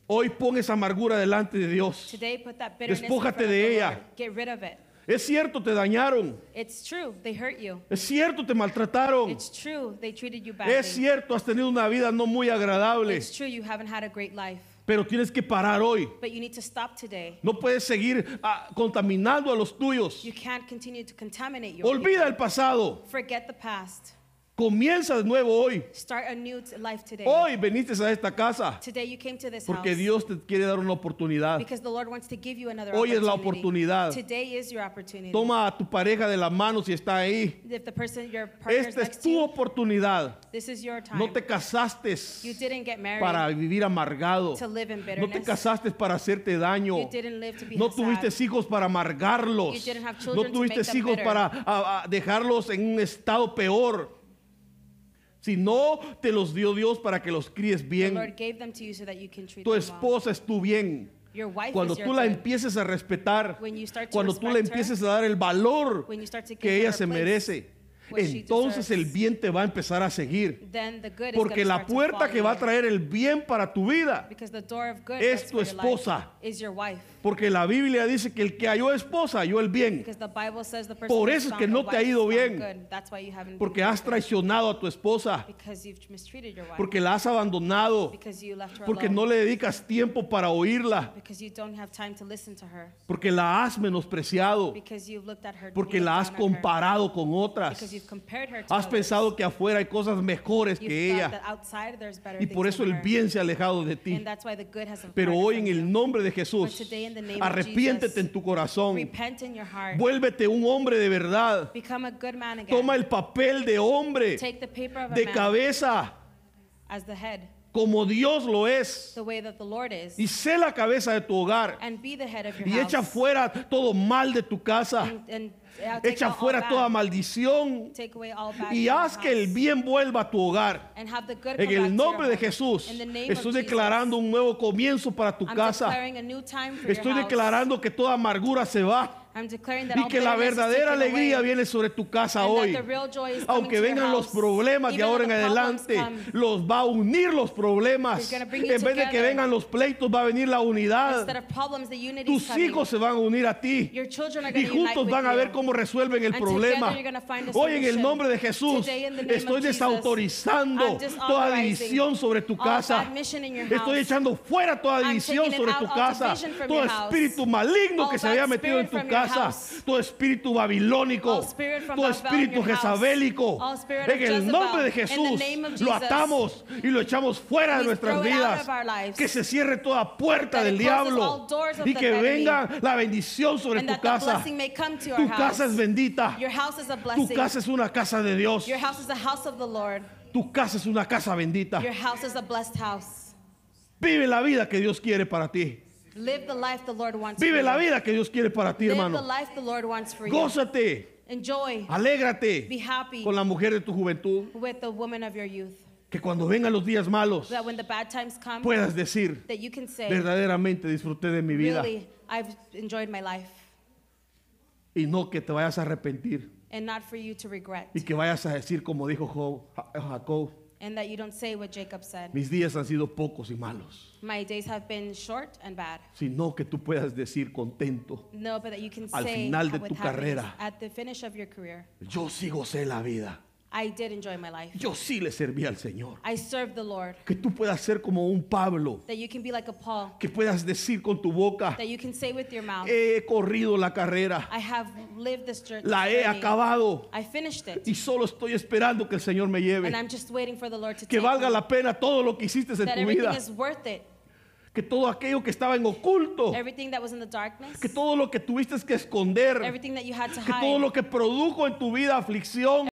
Speaker 1: Hoy pon esa amargura delante de Dios.
Speaker 2: Today put that bitterness in
Speaker 1: Despójate
Speaker 2: front of
Speaker 1: de
Speaker 2: the
Speaker 1: ella.
Speaker 2: Lord. Get rid of it.
Speaker 1: Es cierto, te dañaron.
Speaker 2: It's true, they hurt you.
Speaker 1: Es cierto, te maltrataron.
Speaker 2: It's true, they treated you badly.
Speaker 1: Es cierto, has tenido una vida no muy agradable.
Speaker 2: It's true, you haven't had a great life.
Speaker 1: Pero tienes que parar hoy.
Speaker 2: But you need to stop today.
Speaker 1: No puedes seguir ah, contaminando a los tuyos.
Speaker 2: You can't continue to contaminate your
Speaker 1: Olvida el
Speaker 2: people.
Speaker 1: pasado.
Speaker 2: Forget the past.
Speaker 1: Comienza de nuevo hoy.
Speaker 2: Start a new t- life today.
Speaker 1: Hoy veniste a esta casa
Speaker 2: Today you came to this
Speaker 1: porque
Speaker 2: house
Speaker 1: Dios te quiere dar una oportunidad.
Speaker 2: because the Lord wants to give you another
Speaker 1: Hoy es la
Speaker 2: opportunity.
Speaker 1: oportunidad.
Speaker 2: Today is your opportunity.
Speaker 1: Toma a tu pareja de la mano si está ahí.
Speaker 2: If the person your partner
Speaker 1: Esta
Speaker 2: next
Speaker 1: es
Speaker 2: to
Speaker 1: tu
Speaker 2: you,
Speaker 1: oportunidad.
Speaker 2: this is your time.
Speaker 1: Este No te casaste
Speaker 2: you didn't get married.
Speaker 1: para vivir amargado.
Speaker 2: to live in
Speaker 1: No te
Speaker 2: bitterness.
Speaker 1: casaste para hacerte daño.
Speaker 2: You didn't live to be
Speaker 1: No
Speaker 2: sad.
Speaker 1: tuviste hijos para amargarlos.
Speaker 2: You didn't have
Speaker 1: No
Speaker 2: children to
Speaker 1: tuviste
Speaker 2: make them
Speaker 1: hijos
Speaker 2: bitter.
Speaker 1: para ah, ah, dejarlos en un estado peor. Si no, te los dio Dios para que los críes
Speaker 2: the
Speaker 1: bien.
Speaker 2: Lord gave them to you so that you can treat
Speaker 1: Tu
Speaker 2: them well.
Speaker 1: esposa es tu bien.
Speaker 2: Your wife
Speaker 1: Cuando
Speaker 2: is your
Speaker 1: tú la
Speaker 2: good.
Speaker 1: empieces a respetar,
Speaker 2: When you start to
Speaker 1: cuando tú le
Speaker 2: respect her,
Speaker 1: empieces a dar el valor
Speaker 2: when you start to give
Speaker 1: que
Speaker 2: her
Speaker 1: ella
Speaker 2: a
Speaker 1: se
Speaker 2: place
Speaker 1: merece,
Speaker 2: what she
Speaker 1: entonces el
Speaker 2: deserves.
Speaker 1: bien te va a empezar a seguir.
Speaker 2: Then the good
Speaker 1: Porque
Speaker 2: is gonna
Speaker 1: la
Speaker 2: start to follow
Speaker 1: puerta que va a
Speaker 2: you.
Speaker 1: traer el bien para tu vida,
Speaker 2: Because the door of good
Speaker 1: es
Speaker 2: that's
Speaker 1: tu
Speaker 2: for your life
Speaker 1: esposa.
Speaker 2: is your wife.
Speaker 1: porque la Biblia dice que el que halló esposa halló el bien,
Speaker 2: Because the Bible says the person
Speaker 1: Por
Speaker 2: who
Speaker 1: eso es
Speaker 2: found
Speaker 1: que
Speaker 2: a
Speaker 1: no te ha
Speaker 2: wife
Speaker 1: ido
Speaker 2: found
Speaker 1: bien.
Speaker 2: good. That's why you haven't been
Speaker 1: porque has
Speaker 2: good.
Speaker 1: traicionado a tu esposa,
Speaker 2: Because you've mistreated your wife.
Speaker 1: porque la has abandonado,
Speaker 2: because you left her
Speaker 1: porque
Speaker 2: alone.
Speaker 1: no le dedicas tiempo para oírla,
Speaker 2: because you don't have time to listen to her.
Speaker 1: porque la has menospreciado,
Speaker 2: Because you've looked at her.
Speaker 1: porque
Speaker 2: looked
Speaker 1: la has
Speaker 2: down on her.
Speaker 1: comparado con otras.
Speaker 2: Because you've compared her to others.
Speaker 1: Has pensado que afuera hay cosas mejores
Speaker 2: You've
Speaker 1: que
Speaker 2: thought
Speaker 1: ella.
Speaker 2: that outside there's better
Speaker 1: Y por
Speaker 2: things
Speaker 1: eso
Speaker 2: than
Speaker 1: el
Speaker 2: her.
Speaker 1: bien se ha alejado de ti.
Speaker 2: And that's why the good has
Speaker 1: Pero
Speaker 2: departed
Speaker 1: hoy
Speaker 2: from
Speaker 1: en
Speaker 2: you.
Speaker 1: el nombre de Jesús,
Speaker 2: But today in the name of
Speaker 1: arrepiéntete
Speaker 2: Jesus,
Speaker 1: en tu corazón.
Speaker 2: Repent in your heart.
Speaker 1: Vuélvete un hombre de verdad.
Speaker 2: Become a good man again.
Speaker 1: Toma el papel de hombre
Speaker 2: Take the paper of a
Speaker 1: de
Speaker 2: man
Speaker 1: cabeza
Speaker 2: as the head,
Speaker 1: como Dios lo es.
Speaker 2: the way that the Lord is,
Speaker 1: Y sé la cabeza de tu hogar.
Speaker 2: and be the head of your
Speaker 1: Y
Speaker 2: house.
Speaker 1: echa fuera todo mal de tu casa.
Speaker 2: and, and, uh, take
Speaker 1: Echa
Speaker 2: out all
Speaker 1: fuera
Speaker 2: bad.
Speaker 1: toda maldición.
Speaker 2: Take away all bad
Speaker 1: Y
Speaker 2: from
Speaker 1: haz
Speaker 2: your
Speaker 1: que el
Speaker 2: house.
Speaker 1: bien vuelva a tu hogar.
Speaker 2: And have the good come
Speaker 1: En
Speaker 2: back
Speaker 1: el
Speaker 2: to
Speaker 1: nombre
Speaker 2: your
Speaker 1: de
Speaker 2: home.
Speaker 1: Jesús,
Speaker 2: In the name of
Speaker 1: estoy
Speaker 2: Jesus,
Speaker 1: declarando un nuevo comienzo para tu
Speaker 2: I'm
Speaker 1: casa.
Speaker 2: declaring a new time for your
Speaker 1: Estoy
Speaker 2: house.
Speaker 1: declarando que toda amargura se va
Speaker 2: I'm declaring that
Speaker 1: y
Speaker 2: all
Speaker 1: que la
Speaker 2: bitterness is
Speaker 1: verdadera
Speaker 2: taken
Speaker 1: alegría
Speaker 2: away.
Speaker 1: viene sobre tu casa
Speaker 2: And that
Speaker 1: hoy.
Speaker 2: the real joy is coming
Speaker 1: Aunque
Speaker 2: to your
Speaker 1: vengan los
Speaker 2: house.
Speaker 1: problemas de
Speaker 2: Even
Speaker 1: ahora en
Speaker 2: though the problems
Speaker 1: adelante,
Speaker 2: come,
Speaker 1: los va a unir los problemas.
Speaker 2: He's gonna bring you
Speaker 1: En vez de que
Speaker 2: together.
Speaker 1: vengan los pleitos, va a venir la
Speaker 2: Instead
Speaker 1: unidad.
Speaker 2: of problems, the unity is
Speaker 1: Tus
Speaker 2: coming.
Speaker 1: hijos se van a unir a ti.
Speaker 2: Your children are
Speaker 1: Y
Speaker 2: gonna unite
Speaker 1: juntos
Speaker 2: with
Speaker 1: van a
Speaker 2: you.
Speaker 1: ver cómo resuelven el
Speaker 2: And
Speaker 1: problema.
Speaker 2: together you're gonna find a
Speaker 1: Hoy en el
Speaker 2: solution.
Speaker 1: nombre de Jesús
Speaker 2: Today in the name
Speaker 1: estoy
Speaker 2: of Jesus,
Speaker 1: desautorizando
Speaker 2: I'm
Speaker 1: toda
Speaker 2: disauthorizing
Speaker 1: división sobre tu
Speaker 2: all
Speaker 1: casa.
Speaker 2: bad mission in your
Speaker 1: Estoy
Speaker 2: house.
Speaker 1: echando fuera toda
Speaker 2: I'm
Speaker 1: división
Speaker 2: taking
Speaker 1: sobre
Speaker 2: out
Speaker 1: tu
Speaker 2: all
Speaker 1: casa.
Speaker 2: division from
Speaker 1: Todo
Speaker 2: your house.
Speaker 1: espíritu maligno
Speaker 2: All
Speaker 1: que se
Speaker 2: bad
Speaker 1: había metido en
Speaker 2: spirit
Speaker 1: tu
Speaker 2: from your
Speaker 1: casa.
Speaker 2: house.
Speaker 1: Todo espíritu babilónico.
Speaker 2: All spirit from
Speaker 1: Todo
Speaker 2: Babel in
Speaker 1: espíritu
Speaker 2: your house.
Speaker 1: jezabélico.
Speaker 2: All spirit of
Speaker 1: En el nombre de
Speaker 2: Jezebel. In the
Speaker 1: Jesús
Speaker 2: name of
Speaker 1: lo
Speaker 2: Jesus.
Speaker 1: atamos y lo echamos fuera de
Speaker 2: We
Speaker 1: nuestras
Speaker 2: throw it out
Speaker 1: vidas.
Speaker 2: of our lives.
Speaker 1: Que se cierre toda puerta
Speaker 2: That
Speaker 1: del
Speaker 2: it closes all
Speaker 1: diablo
Speaker 2: doors of
Speaker 1: y
Speaker 2: the
Speaker 1: que
Speaker 2: enemy.
Speaker 1: venga la bendición sobre
Speaker 2: and
Speaker 1: tu
Speaker 2: that the
Speaker 1: casa.
Speaker 2: blessing may come to your
Speaker 1: Tu
Speaker 2: house.
Speaker 1: casa es bendita.
Speaker 2: Your house is a
Speaker 1: Tu
Speaker 2: blessing.
Speaker 1: casa es una casa de Dios.
Speaker 2: Your house is a house of the Lord.
Speaker 1: Tu casa es una casa bendita.
Speaker 2: Your house is a blessed house.
Speaker 1: Vive la vida que Dios quiere para ti.
Speaker 2: Live the life the Lord wants for
Speaker 1: Vive
Speaker 2: you.
Speaker 1: la vida que Dios quiere para ti,
Speaker 2: Live the
Speaker 1: hermano.
Speaker 2: life the Lord wants for you.
Speaker 1: Gózate,
Speaker 2: Enjoy Be
Speaker 1: alégrate
Speaker 2: happy.
Speaker 1: con la mujer de tu juventud.
Speaker 2: with the woman of your youth.
Speaker 1: Que cuando vengan los días malos
Speaker 2: That when the bad times come,
Speaker 1: puedas decir,
Speaker 2: that you can say,
Speaker 1: verdaderamente disfruté de mi vida.
Speaker 2: really, I've enjoyed my life.
Speaker 1: Y no que te vayas a arrepentir.
Speaker 2: And not for you to regret.
Speaker 1: Y que vayas a decir, como dijo Job- Ja- Jacob,
Speaker 2: And that you don't say what Jacob said.
Speaker 1: mis días han sido pocos y malos.
Speaker 2: My days have been short and bad.
Speaker 1: Sino que tú puedas decir contento,
Speaker 2: No, but that you can
Speaker 1: Al
Speaker 2: say
Speaker 1: final de
Speaker 2: with
Speaker 1: tu
Speaker 2: happiness,
Speaker 1: carrera.
Speaker 2: at the finish of your career,
Speaker 1: yo sí gocé la vida.
Speaker 2: I did enjoy my life.
Speaker 1: Yo sí le serví al Señor.
Speaker 2: I served the Lord.
Speaker 1: Que tú puedas ser como un Pablo.
Speaker 2: That you can be like a Paul.
Speaker 1: Que puedas decir con tu boca,
Speaker 2: That you can say with your mouth,
Speaker 1: he corrido la carrera.
Speaker 2: I have lived this jour-
Speaker 1: La he
Speaker 2: journey.
Speaker 1: acabado.
Speaker 2: I finished it.
Speaker 1: Y solo estoy esperando que el Señor me
Speaker 2: And
Speaker 1: lleve.
Speaker 2: I'm just waiting for the Lord to
Speaker 1: Que
Speaker 2: take
Speaker 1: valga
Speaker 2: me.
Speaker 1: la pena todo lo que hiciste en
Speaker 2: that
Speaker 1: tu
Speaker 2: everything
Speaker 1: vida.
Speaker 2: is worth it.
Speaker 1: Que todo aquello que estaba en oculto.
Speaker 2: Everything that was in the darkness,
Speaker 1: Que todo lo que tuviste que esconder.
Speaker 2: everything that you had to
Speaker 1: Que todo
Speaker 2: hide,
Speaker 1: lo que produjo en tu vida aflicción.